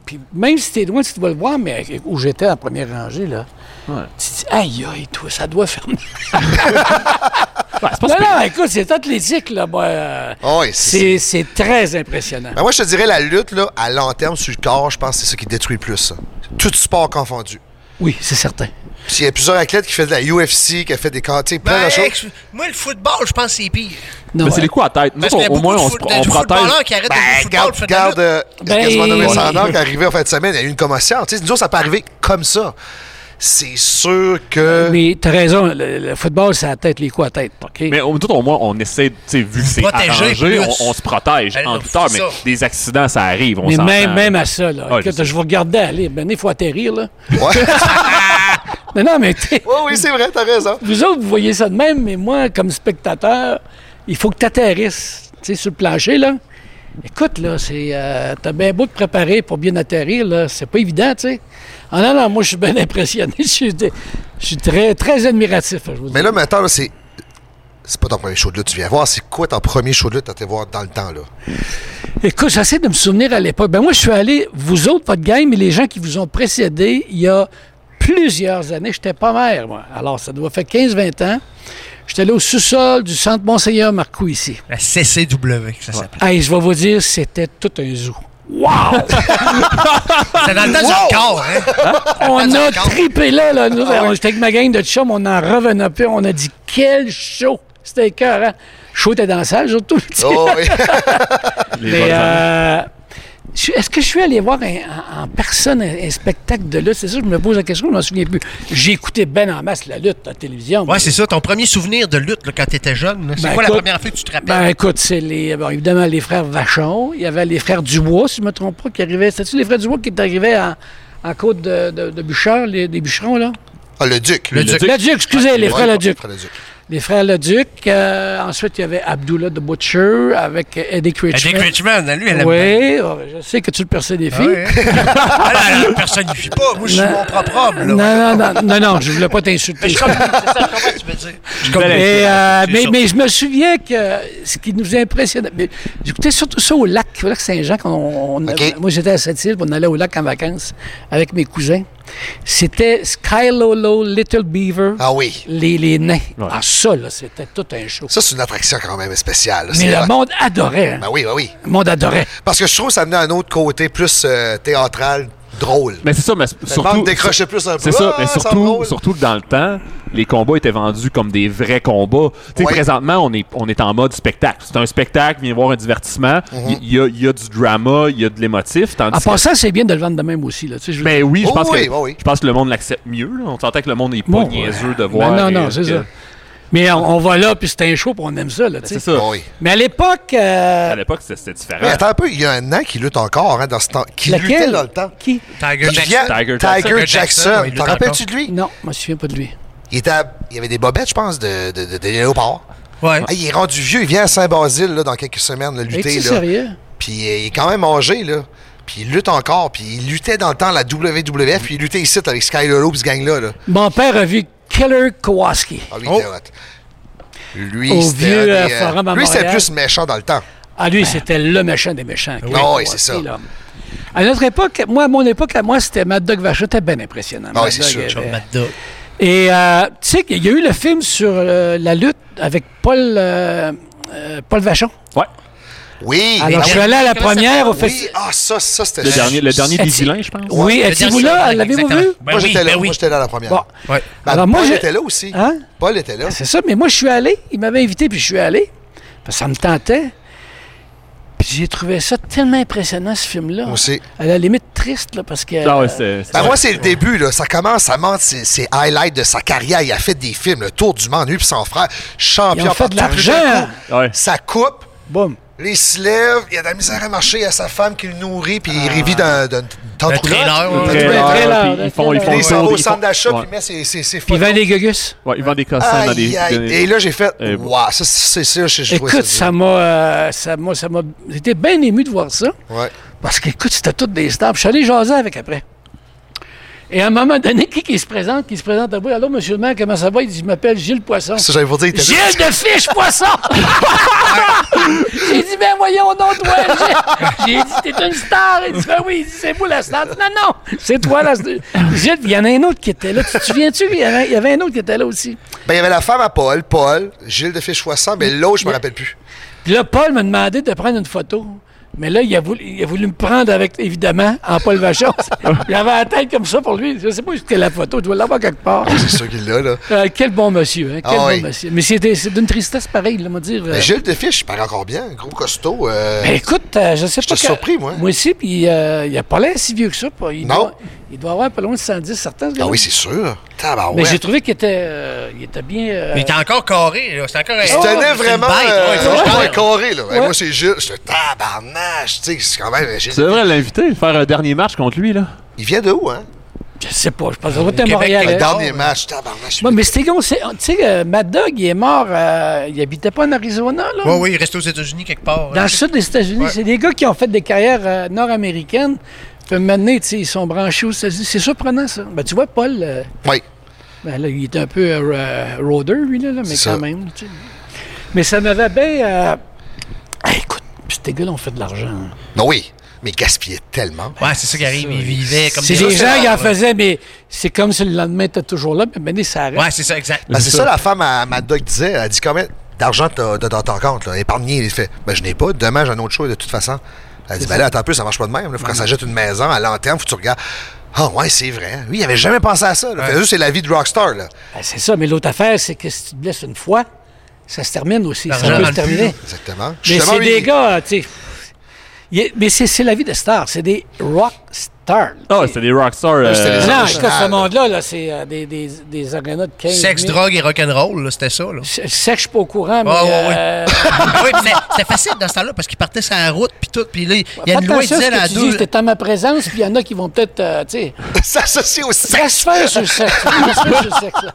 S12: puis même si t'es loin, tu dois le voir, mais euh, où j'étais en première rangée, là. Tu te dis, aïe, aïe, toi, ça doit faire mal.
S2: Ouais, c'est pas
S12: Non,
S2: super.
S12: non, écoute, c'est athlétique, là. moi, euh,
S1: Ah, ouais, c'est.
S12: c'est c'est très impressionnant.
S1: Ben, moi, je te dirais, la lutte, là, à long terme, sur le corps, je pense que c'est ça qui détruit le plus, ça. Tout sport confondu.
S12: Oui, c'est certain.
S1: Puis il y a plusieurs athlètes qui font de la UFC, qui ont fait des quartiers, plein
S3: Ben,
S1: de choses.
S3: ex- moi, le football, je pense que c'est pire.
S12: Non,
S2: Mais c'est
S12: ouais.
S2: les coups à tête. Nous,
S3: Parce qu'il y a
S2: on- au
S3: beaucoup
S2: moins,
S3: de
S2: on, se
S3: foot-
S2: pr-
S3: de
S2: on protège.
S3: footballeurs qui arrêtent de jouer au
S1: Ben,
S3: football,
S1: regarde,
S3: fait de la
S1: regarde,
S3: lutte.
S1: euh,
S12: Ben,
S1: quasiment nommé
S12: ouais.
S1: Sandor qui arrivait en fin de semaine, il y a eu une commotion. Tu sais, nous autres, ça peut arriver comme ça. C'est sûr que.
S12: euh, Mais t'as raison, le, le football, c'est à la tête, les coups à tête. OK?
S2: Mais au, tout au moins, on essaie, tu sais, vu que c'est
S3: Protéger
S2: arrangé,
S3: plus.
S2: on, on se protège
S3: Ben,
S2: en
S3: non,
S2: douteur,
S3: c'est
S2: mais
S3: ça.
S2: des accidents, ça arrive. On
S12: Mais
S2: s'entend.
S12: même, même à ça, là.
S2: Ah, je
S12: écoute,
S2: sais.
S12: je, vous regardais aller. Ben, il faut atterrir, là.
S1: Ouais.
S12: Non, non, mais t'sais,
S1: Ouais, oui, c'est vrai, t'as raison.
S12: vous autres, vous voyez ça de même, mais moi, comme spectateur, il faut que t'atterrisses, tu sais, sur le plancher, là. Écoute, là, c'est. euh, t'as bien beau te préparer pour bien atterrir, là. C'est pas évident, tu sais. Ah non, non, moi, je suis bien impressionné. Je suis je suis très, très admiratif, je vous
S1: Mais
S12: dis.
S1: là, maintenant, là, c'est. C'est pas ton premier show de lutte, tu viens voir. C'est quoi ton premier show de lutte à te voir dans le temps, là?
S12: Écoute, j'essaie de me souvenir à l'époque. Ben moi, je suis allé, vous autres, votre game, mais les gens qui vous ont précédé, il y a plusieurs années, j'étais pas maire, moi. Alors, ça doit faire 15-20 ans. J'étais allé au sous-sol du centre Monseigneur Marcoux ici.
S3: La CCW, que ça s'appelle.
S12: Hey, je vais vous dire, c'était tout un zoo.
S3: C'est dans le temps du corps, hein?
S12: On a
S3: d'accord.
S12: tripé là, là. Nous,
S3: Ah
S12: on- J'étais avec ma gang de chum, on en revenait plus. On a dit, quel show! C'était écœurant. Show était dans la salle, surtout. tu sais.
S1: Oh, oui.
S2: Les
S12: Mais,
S2: bonnes
S12: euh, je suis- Est-ce que je suis allé voir un- en, en personne un, un spectacle de lutte? C'est ça, je me pose la question, je m'en souviens plus. J'ai écouté ben en masse la lutte à la télévision.
S3: Ouais, c'est ça. Ton premier souvenir de lutte, là, quand t'étais jeune, là, c'est
S12: Ben,
S3: quoi
S12: écoute,
S3: la première fois que tu te rappelles?
S12: Ben écoute, c'est les. bon, évidemment, les frères Vachon. Il y avait les frères Dubois, si je ne me trompe pas, qui arrivaient. C'était-tu les frères Dubois qui étaient arrivés en, en côte de, de, de bûcheurs, les- des bûcherons, là?
S1: Ah, le Duc.
S12: Le Duc. Le Duc, excusez, les frères Le Duc.
S1: Frère Leduc.
S12: Les frères Leduc. Euh, ensuite, il y avait Abdullah the Butcher avec Eddie Critchman.
S3: Eddie Critchman, hein, lui, elle aime
S12: Oui, oh, je sais que tu le
S3: Ah
S12: personnifies.
S3: ouais, hein? elle, elle personnifie pas. Moi, je suis
S12: Non.
S3: mon propre homme. Là.
S12: Non, non, non, non, non, je voulais pas
S3: hein?
S12: t'insulter.
S3: Mais je comprends, c'est ça, je comprends ce que tu veux dire. Je comprends.
S12: mais, euh,
S3: C'est
S12: mais-
S3: ça.
S12: mais je me souviens que ce qui nous impressionnait. mais J'écoutais surtout ça au lac, au lac Saint-Jean. Quand on, on- Moi, j'étais à Sept-Îles, puis on allait au lac en vacances avec mes cousins. C'était Skylolo Little Beaver.
S1: Ah oui.
S12: Les, les nains. Ah, ça, là, c'était tout un show.
S1: Ça, c'est une attraction quand même spéciale. là.
S12: Mais
S1: C'est
S12: le
S1: vrai.
S12: monde adorait. hein.
S1: Ben oui, ben oui.
S12: Le monde adorait.
S1: Parce que je trouve que ça amenait un autre côté plus euh, théâtral, drôle.
S2: Mais c'est ça, mais
S1: Le
S2: surtout.
S1: monde décrochait plus un peu.
S2: C'est ça,
S1: Ah,
S2: mais
S1: ça
S2: surtout,
S1: drôle.
S2: surtout que dans le temps, les combats étaient vendus comme des vrais combats. Tu sais,
S1: Ouais.
S2: présentement, on est, on est en mode spectacle. C'est un spectacle, viens voir un divertissement.
S1: Mhm.
S2: Il y, a, il y a du drama, il y a de l'émotif.
S12: En
S2: tandis que-
S12: passant, c'est bien de le vendre de même aussi. Là, tu sais, je veux
S2: Ben
S12: dire.
S1: Oh
S2: oui, je pense, que, je pense que le monde l'accepte mieux. là. On s'entend que le monde n'est pas
S12: Bon,
S2: niaiseux
S12: ouais.
S2: de voir.
S12: Ben non,
S2: et-
S12: non, c'est
S2: que- Ben,
S12: ça. Mais on, on va là, puis c'est un show, puis on aime ça. là, tu sais.
S2: c'est ça. Oui.
S12: Mais à l'époque. euh,
S2: À l'époque, c'était- c'était différent.
S1: Ben Mais attends un peu, il y a un an qui lutte encore, hein, dans ce temps. Qui
S12: Lequel?
S1: luttait dans le temps?
S12: Qui?
S1: Tiger Jackson. Tiger Jackson. Ouais, il lutte encore. lui?
S12: Non, je me souviens pas de lui.
S1: Il, était à- il y avait des bobettes, je pense, de, de, de- des léopards.
S3: Ouais.
S1: Ah, il est rendu vieux, il vient à Saint-Basile là, dans quelques semaines le lutter.
S12: Es-tu
S1: là.
S12: sérieux?
S1: Puis euh, il est quand même âgé, là. Puis il lutte encore. Puis il luttait dans le temps la WWF, puis il luttait ici avec Sky Lolo pis ce gang-là. Là.
S12: Mon père a vu Killer Kowalski.
S1: Ah, lui, il était hot. Lui,
S12: Oh. Au
S1: c'était
S12: vieux,
S1: un des,
S12: euh, forum à
S1: Lui, c'était
S12: Montréal.
S1: plus méchant dans le temps.
S12: Ah, lui, c'était le méchant des méchants. Killer
S1: Ben. Ah, oui,
S12: Kowalski,
S1: c'est ça.
S12: là. À notre époque, moi, à mon époque, à moi, c'était Mad Dog Vachon. C'était bien impressionnant.
S1: Ah, oui,
S12: Mad
S1: c'est
S12: Dog
S1: sûr.
S12: avait- Et euh, tu sais qu'il y a eu le film sur euh, la lutte avec Paul, euh, euh, Paul Vachon.
S2: Ouais.
S1: Oui.
S12: Alors, Ah, je suis allé à la première au
S1: Oui,
S12: festival.
S1: ah, ça, ça, c'était...
S2: Le dernier- le dernier
S1: Eti-
S2: des vilains, je pense.
S12: Oui,
S1: Le dernier
S12: étiez-vous là?
S1: Vilain,
S12: L'avez-vous
S1: exactement.
S12: vu?
S3: Ben
S1: Moi, j'étais là. Moi, j'étais là à la première.
S12: Ben Bon.
S1: Ben,
S12: Alors, moi,
S1: Paul
S12: je-
S1: était là aussi.
S12: Hein?
S1: Paul était là.
S12: C'est ça, mais moi, je suis allé. Il m'avait invité, puis je suis allé. Parce que ça me tentait. Puis j'ai trouvé ça tellement impressionnant, ce film-là.
S1: Moi aussi.
S12: À la limite triste, là, parce que.
S2: Ah ouais, c'est- c'est-
S1: Ben, moi, c'est le début, là. Ça commence, ça montre ses, ses highlights de sa carrière. Il a fait des films, Le Tour du Monde, lui puis son frère, champion.
S12: Ils ont fait de
S1: partout.
S12: l'argent,
S1: Tout d'un
S12: hein?
S1: coup, Ça coupe.
S12: Boum.
S1: Là, il se lève, il a de la misère à marcher, il y a sa femme qui le nourrit, puis il vit d'un d'un- d'un
S3: Un
S1: tente-
S3: trailer,
S1: Un
S3: ouais.
S1: trailer.
S2: Un trailer,
S1: Puis
S2: Ah, puis ils font- ils font
S1: Là,
S2: le
S1: il s'en va
S2: tour,
S1: au
S2: ils
S1: centre
S2: font-
S1: d'achat, puis
S2: ouais.
S1: il met ses, ses, ses
S12: Puis il
S1: photos.
S12: vend des gugus.
S2: Ouais, ils vendent des cossins dans des.
S1: Aïe, aïe.
S2: dans des-
S1: Et là, j'ai fait,
S2: Euh,
S1: waouh, ça, c'est ça, je je trouvais
S12: Écoute,
S1: ça
S12: ça m'a. euh, ça m'a. ça m'a- J'étais bien ému de voir ça.
S1: dur. Ouais.
S12: Parce qu'écoute, c'était toutes des stars. Puis Je suis allé jaser avec après. Et à un moment donné, qui, qui se présente, qui se présente à moi, allô, monsieur le maire, comment ça va? Il dit, je m'appelle Gilles Poisson.
S1: Ça, j'allais vous dire, il était là.
S12: Gilles de Fiche Poisson! J'ai dit, ben voyons donc, toi, Gilles. J'ai dit, t'es une star. Il dit, ben oui, Il dit, c'est vous la star. Non, non, c'est toi la star. Gilles, il y en a un autre qui était là. Tu te souviens-tu? Il y en a- il y avait un autre qui était là aussi.
S1: Ben, il y avait la femme à Paul, Paul, Gilles de Fichoissant, mais l'autre, je me rappelle plus.
S12: Puis là, Paul m'a demandé de prendre une photo. Mais là, il a voulu, il a voulu me prendre avec, évidemment, en Paul Vachon. J'avais la tête comme ça pour lui. Je sais pas où c'était la photo. Je dois l'avoir quelque part.
S1: C'est sûr qu'il l'a, là.
S12: Euh, quel bon monsieur, hein, quel
S1: Ah
S12: bon
S1: oui.
S12: monsieur. Mais c'était- c'est d'une tristesse pareille, là, me dire. euh,
S1: Ben, Gilles de Fiche, il paraît encore bien, gros costaud. euh,
S12: ben, écoute, euh, je sais
S1: J'étais
S12: pas. que-
S1: surpris, moi.
S12: Moi aussi, puis euh, il a pas l'air si vieux que ça. pas. Il
S1: Non.
S12: Doit, il doit avoir pas loin de 110, certains.
S1: Ah oui, c'est sûr. Tabarouette.
S12: Mais j'ai trouvé qu'il était, euh, il était bien. euh,
S3: Mais t'es encore carré, là. C'est encore
S1: Il se tenait vraiment
S3: C'est une bête, ouais,
S1: euh,
S3: c'est une
S1: vraiment
S3: bête.
S1: carré, là. Et
S12: Ouais.
S1: Moi, c'est Gilles. J'étais tabarnache, tu sais, c'est quand même... euh, Gilles.
S2: C'est vrai, l'inviter, faire un dernier match contre lui, là.
S1: Il vient de où, hein?
S12: Je sais pas, je pense que ça doit être
S3: Québec,
S12: Montréal.
S1: Le
S12: hein.
S1: dernier match, tabarnache.
S12: Ouais, mais c'était con, c'est- Tu sais, euh, Mad Dog, il est mort. euh, il habitait pas en Arizona, là.
S3: Ouais, oui, il reste aux États-Unis quelque part.
S12: Dans le sud des États-Unis, c'est des gars qui ont fait des carrières euh, nord-américaines. Puis maintenant, tu sais, ils sont branchés aux États-Unis. C'est surprenant, ça. Ben, tu vois, Paul, euh,
S1: Oui.
S12: ben, là, il était un peu euh, euh, roader, lui, là, là, mais
S1: Ça.
S12: quand même. tu sais. Mais ça m'avait bien. euh, ah, écoute, puis ces gars-là ont fait de l'argent. hein.
S1: Ben oui, mais il gaspillait tellement.
S3: Ouais, c'est ça qui arrive. Il vivait comme
S12: C'est des gens qui en
S3: restaurants, ouais.
S12: faisaient, mais c'est comme si le lendemain, t'es toujours là, mais maintenant, ça arrête.
S3: Ouais, c'est ça, exact.
S1: Ben, c'est ça, la femme à Mad Dog disait. Elle dit combien d'argent t'as t'as dans ton compte, là? Épargné, il fait. Ben, je n'ai pas. Demain, j'ai un autre choix, de toute façon. Elle dit, ben là, attends un peu, ça marche pas de même. Là. Faut qu'on s'achète une maison à long terme, faut que tu regardes. Ah, ouais, c'est vrai. hein. Lui, il avait jamais pensé à ça. là. Fait juste, c'est la vie de rockstar, là.
S12: Ben, c'est ça, mais l'autre affaire, c'est que si tu te blesses une fois, ça se termine aussi. Ça
S3: L'argent
S12: peut
S3: dans
S12: se
S3: le
S12: terminer.
S1: Exactement.
S12: Mais
S1: Justement,
S12: c'est
S1: lui,
S12: des gars, tu sais. il est- Mais c'est c'est la vie de star. C'est des rock rockstars.
S2: Ah, c'était des rockstars.
S12: Non,
S2: euh,
S12: non, écoute, ce monde-là, là, c'est euh, des, des, des arénas de 15
S3: Sexe,
S12: 000.
S3: drogue et rock'n'roll, là, c'était ça. Là.
S12: Sexe, je suis pas au courant, mais...
S3: Ah, ouais, ouais.
S12: euh,
S3: Ah oui, puis c'était- c'était facile dans ce temps-là parce qu'il partait sur la route, puis tout. Puis là, il y a
S12: Fais
S3: une loi qui
S12: attention à
S3: disait
S12: ce que
S3: la
S12: tu dis,
S3: deux.
S12: c'était en ma présence, puis il y en a qui vont peut-être, euh, tu sais...
S1: S'associer au sexe.
S12: Transfert sur le sexe. transfert sur le sexe.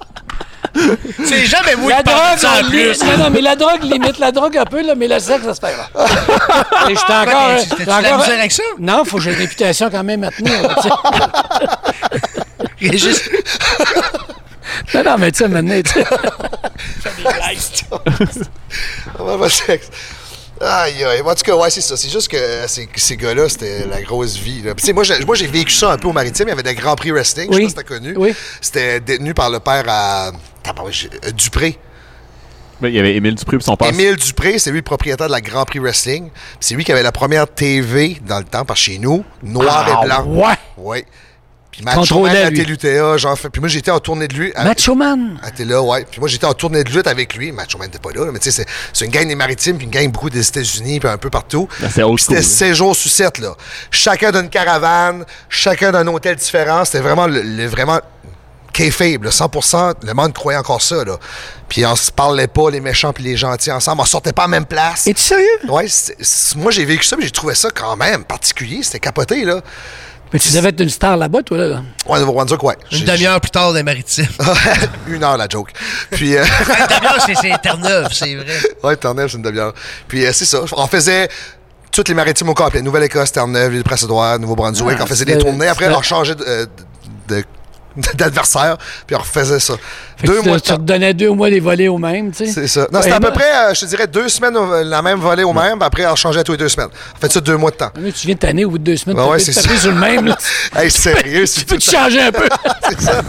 S3: C'est jamais moi
S12: La
S3: qui parle de ça en
S12: drogue, li-
S3: plus.
S12: non, non, mais la drogue limite la drogue un peu, là, mais le sexe, ça se perd. Et j'étais encore...
S3: mais
S12: euh,
S3: tu- t'as-tu
S12: j'étais
S3: de la
S12: encore-
S3: misère avec ça?
S12: Non, faut que j'ai une réputation quand même à tenir. là, tu sais.
S3: Régis,
S12: Non, non, mais tu sais, maintenant, tu sais.
S1: On va voir le sexe. Aïe, aïe. En tout cas, ouais, c'est ça. C'est juste que euh, ces, ces gars-là, c'était la grosse vie. là. Puis, tu sais, moi, j'ai, moi, j'ai vécu ça un peu au maritime. Il y avait des Grands Prix Wrestling. Je sais pas si t'as connu. C'était détenu par le père à. tabarouette, j'ai- euh, Dupré.
S2: ben, Il y avait Émile Dupré et son père.
S1: Émile Dupré, c'est lui le propriétaire de la Grand Prix Wrestling. Puis C'est lui qui avait la première TV dans le temps par chez nous, noir
S12: Ah,
S1: et blanc.
S12: ouais.
S1: Ouais. Puis
S12: Contrôlait,
S1: Macho Man à
S12: lui.
S1: TLUTA, genre. fait- Puis moi, j'étais en tournée de lui. à-
S12: Macho Man.
S1: ah, t'es là, ouais. Puis moi, j'étais en tournée de lutte avec lui. Macho Man n'était pas là, là, mais tu sais, c'est- c'est une gang des maritimes, puis une gang beaucoup des États-Unis, puis un peu partout.
S3: Ah,
S2: Ben, c'est old
S1: Puis C'était
S2: school,
S3: hein.
S2: là.
S1: 16 jours sur 7, là. Chacun d'une caravane, chacun d'un hôtel différent. C'était vraiment le, le- vraiment kayfabe, là, 100%. Le monde croyait encore ça, là. Puis on se parlait pas, les méchants puis les gentils ensemble. On sortait pas à la même place.
S12: Es-tu sérieux?
S1: Ouais, c'est- c'est- moi, j'ai vécu ça, mais j'ai trouvé ça quand même particulier. C'était capoté, là.
S12: Mais tu devais être une star là-bas, toi, là. là.
S1: Ouais, Nouveau-Brunswick, ouais.
S3: une
S1: J'ai-
S3: demi-heure plus tard des maritimes.
S1: Une heure, la joke. Puis... euh,
S3: une demi-heure, c'est- c'est Terre-Neuve, c'est vrai.
S1: Ouais, Terre-Neuve, c'est une demi-heure. Puis euh, c'est ça. On faisait toutes les maritimes au complet. Nouvelle-Écosse, Terre-Neuve, l'île Prince-Édouard, Nouveau-Brunswick.
S12: Ah,
S1: on faisait des
S12: c'était-
S1: tournées. Après,
S12: c'était-
S1: on changeait de- euh, de- de- d'adversaire. Puis on refaisait ça.
S12: Fait que
S1: deux
S12: tu,
S1: mois de
S12: te- tu
S1: temps.
S12: te donnais deux mois les volets au même, tu sais.
S1: C'est ça. Non, c'était à
S12: Ouais,
S1: peu près, euh, je te dirais, deux semaines au- la même volée au même. puis Après, on changeait tous les deux semaines. On fait ça deux mois de temps.
S12: Ah, mais Tu viens de tanner au bout de deux semaines,
S1: Ouais, ouais,
S12: tu
S1: c'est
S12: peux te taper
S1: ça.
S12: sur le même, là.
S1: Hey, sérieux, c'est
S12: Tu peux te
S1: tout le temps-
S12: changer un peu.
S1: c'est ça.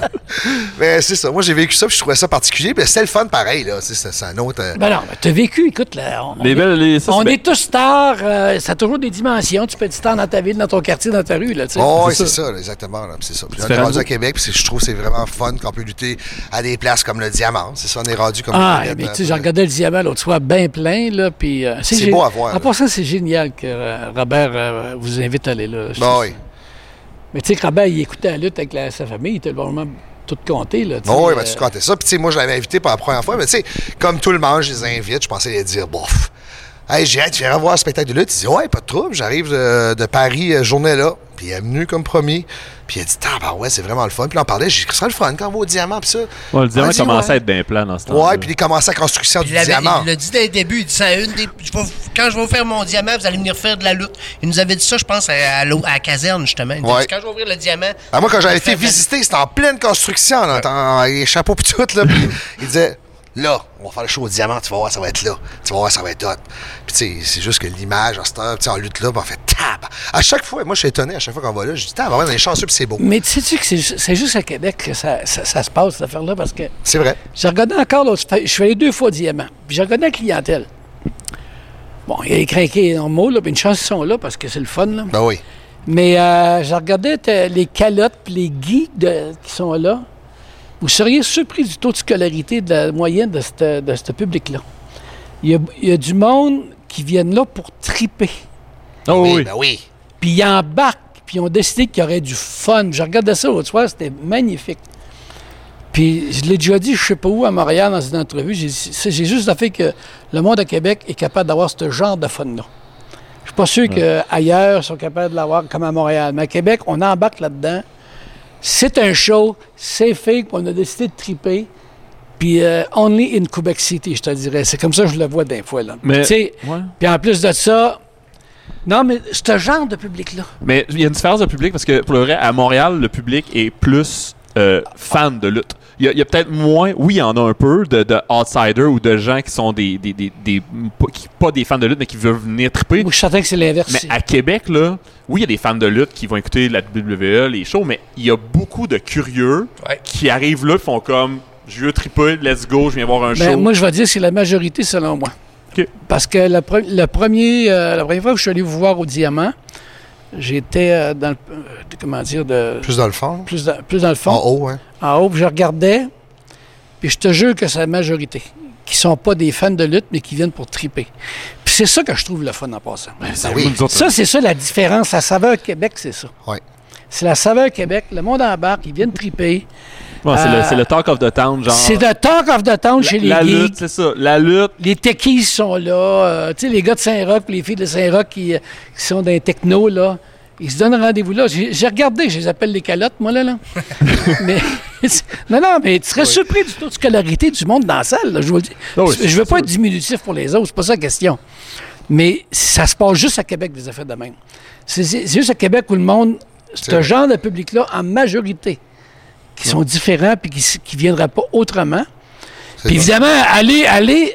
S1: Mais c'est ça. Moi, j'ai vécu ça, puis je trouvais ça particulier. Puis c'était le fun pareil, là. C'est c'est- c'est un autre. euh,
S12: Ben non, mais t'as vécu, écoute, là, on,
S2: Les
S12: on
S2: belles-
S12: est,
S2: les- ça, c'est
S12: on
S2: bien.
S12: est tous stars, euh, ça a toujours des dimensions, tu peux être star dans ta ville, dans ton quartier, dans ta rue, là, tu sais.
S1: Oh, oui, c'est ça, là, exactement. là, c'est ça. Puis là, on est
S2: Différents
S1: rendu à
S2: goûts.
S1: Québec, puis c'est- je trouve que c'est vraiment fun qu'on peut lutter à des places comme le Diamant. C'est ça, on est rendu comme
S12: Ah,
S1: le-
S12: mais tu sais,
S1: le-
S12: j'ai regardé le diamant l'autre soir, bien plein, là, puis... euh,
S1: C'est
S12: gé-
S1: beau à voir, là.
S12: En passant, c'est génial que euh, Robert euh, vous invite à aller là. Je-
S1: Bon, Ben Bah oui.
S12: Mais tu sais que Robert, il écoutait la lutte avec la- sa famille, il était probablement tout compté, là. euh,
S1: Bon, oui,
S12: mais
S1: ben, tu te comptais ça. Puis, tu sais, moi, je l'avais invité pour la première fois. Mais, tu sais, comme tout le monde, je les invite. Je pensais les dire, bof. Hey, j'ai hâte, tu viens voir le spectacle de lutte. Il dit, ouais, pas de trouble. J'arrive de, de Paris, euh, journée là. Puis, il est venu comme promis. Puis, il a dit, ah, ben ouais, c'est vraiment le fun. Puis, là, on parlait. J'ai dit, c'est le fun quand on va au Diamant, puis ça.
S2: Ouais, le diamant
S1: Ah, dis,
S2: commençait
S1: ouais.
S2: à être bien plan dans ce temps-là.
S1: Ouais, puis, il commençait la construction
S3: Il
S1: du
S3: l'avait-
S1: Diamant.
S3: il l'a dit dès le début, il dit ça à une des. je vais- quand je vais faire mon diamant, vous allez venir faire de la lutte. Il nous avait dit ça, je pense, à, à l'eau- à la caserne, justement. Il nous a
S1: Ouais.
S3: dit, quand je vais ouvrir le diamant.
S1: Ah, moi, quand j'avais
S3: vous allez
S1: été
S3: faire de la-
S1: visiter, c'était en pleine construction, là, t'en- les chapeaux pis tout, là. Pis il disait, là, on va faire le show au diamant, tu vas voir, ça va être là. Tu vas voir, ça va être hot. Puis, tu sais, c'est juste que l'image, en cette heure, tu sais, en lutte là, ben, on fait tab. À chaque fois, moi, je suis étonné, à chaque fois qu'on va là, je dis, tab, on est chanceux pis c'est beau.
S12: Mais tu sais-tu que c'est ju- c'est juste à Québec que ça, ça- ça se passe, cette affaire-là, parce que...
S1: C'est vrai.
S12: J'ai regardé encore l'autre. Je suis allé deux fois au diamant. Puis j'ai regardé la clientèle. Bon, il y a les crinqués normaux, là, puis une chance qu'ils sont là parce que c'est le fun, là.
S1: Ben oui.
S12: Mais euh, je regardais t- les calottes puis les geeks de- qui sont là. Vous seriez surpris du taux de scolarité de la moyenne de ce de ce public-là. Il y, a, il y a du monde qui viennent là pour triper.
S2: Ah oui,
S1: Oui,
S2: oui.
S1: ben oui.
S12: Puis ils embarquent, puis ils ont décidé qu'il y aurait du fun. Je regardais ça l'autre soir, c'était magnifique. Puis je l'ai déjà dit, je sais pas où, à Montréal, dans une entrevue, j'ai dit, c'est- j'ai juste le fait que le monde à Québec est capable d'avoir ce genre de fun-là. Je suis pas sûr qu'ailleurs, sont capables de l'avoir comme à Montréal. Mais à Québec, on embarque là-dedans. C'est un show, c'est fake, puis on a décidé de triper. Puis euh, only in Quebec City, je te dirais. C'est comme ça que je le vois des fois. Là.
S2: Mais-
S12: Tu sais,
S2: Ouais.
S12: Puis en plus de ça, non, mais ce genre de public-là,
S2: Mais il y a une différence de public parce que, pour le vrai, à Montréal, le public est plus euh, fan de lutte. Il y a, il y a peut-être moins, oui, il y en a un peu, de, de outsiders ou de gens qui sont des. des, des, des- pas- qui, pas des fans de lutte, mais qui veulent venir triper.
S12: moi, je suis certain que c'est l'inverse.
S2: Mais à Québec, là, oui, il y a des fans de lutte qui vont écouter la WWE, les shows, mais il y a beaucoup de curieux
S3: Ouais.
S2: qui arrivent là, font comme je veux triper, let's go, je viens voir un
S12: Ben,
S2: show.
S12: moi, je vais dire c'est la majorité selon moi.
S2: OK.
S12: Parce que le pre- le premier, euh, la première fois que je suis allé vous voir au Diamant, j'étais euh, dans le. euh, comment dire de,
S1: Plus dans le fond.
S12: plus, dans, plus dans le fond.
S1: En haut, hein.
S2: Oh.
S12: en haut, puis je regardais, puis je te jure que c'est la majorité qui sont pas des fans de lutte, mais qui viennent pour triper. Puis c'est ça que je trouve le fun en passant.
S2: C'est
S1: Ben oui.
S2: nous autres,
S12: Ça, c'est ça la différence. La saveur Québec, c'est ça.
S1: Ouais.
S12: C'est la saveur Québec. Le monde embarque, ils viennent triper.
S13: Bon, c'est,
S12: Euh,
S13: le, c'est le talk of the town, genre.
S12: C'est le talk of the town chez les
S13: la
S12: geeks.
S13: lutte, c'est ça. La lutte.
S12: Les techies sont là. euh, tu sais, les gars de Saint-Roch, les filles de Saint-Roch qui, euh, qui sont dans les techno, là. Ils se donnent rendez-vous là. J'ai j'ai regardé, je les appelle les calottes, moi, là. là. mais, non, non, mais tu serais surpris du taux de scolarité du monde dans la salle, là, je vous le dis. je veux pas être diminutif pour les autres, c'est pas ça la question. Mais ça se passe juste à Québec, des affaires de même. C'est c'est juste à Québec où le monde, ce genre de public-là, en majorité, qui sont différents puis qui s- qui ne viendraient pas autrement. Puis évidemment, aller, aller,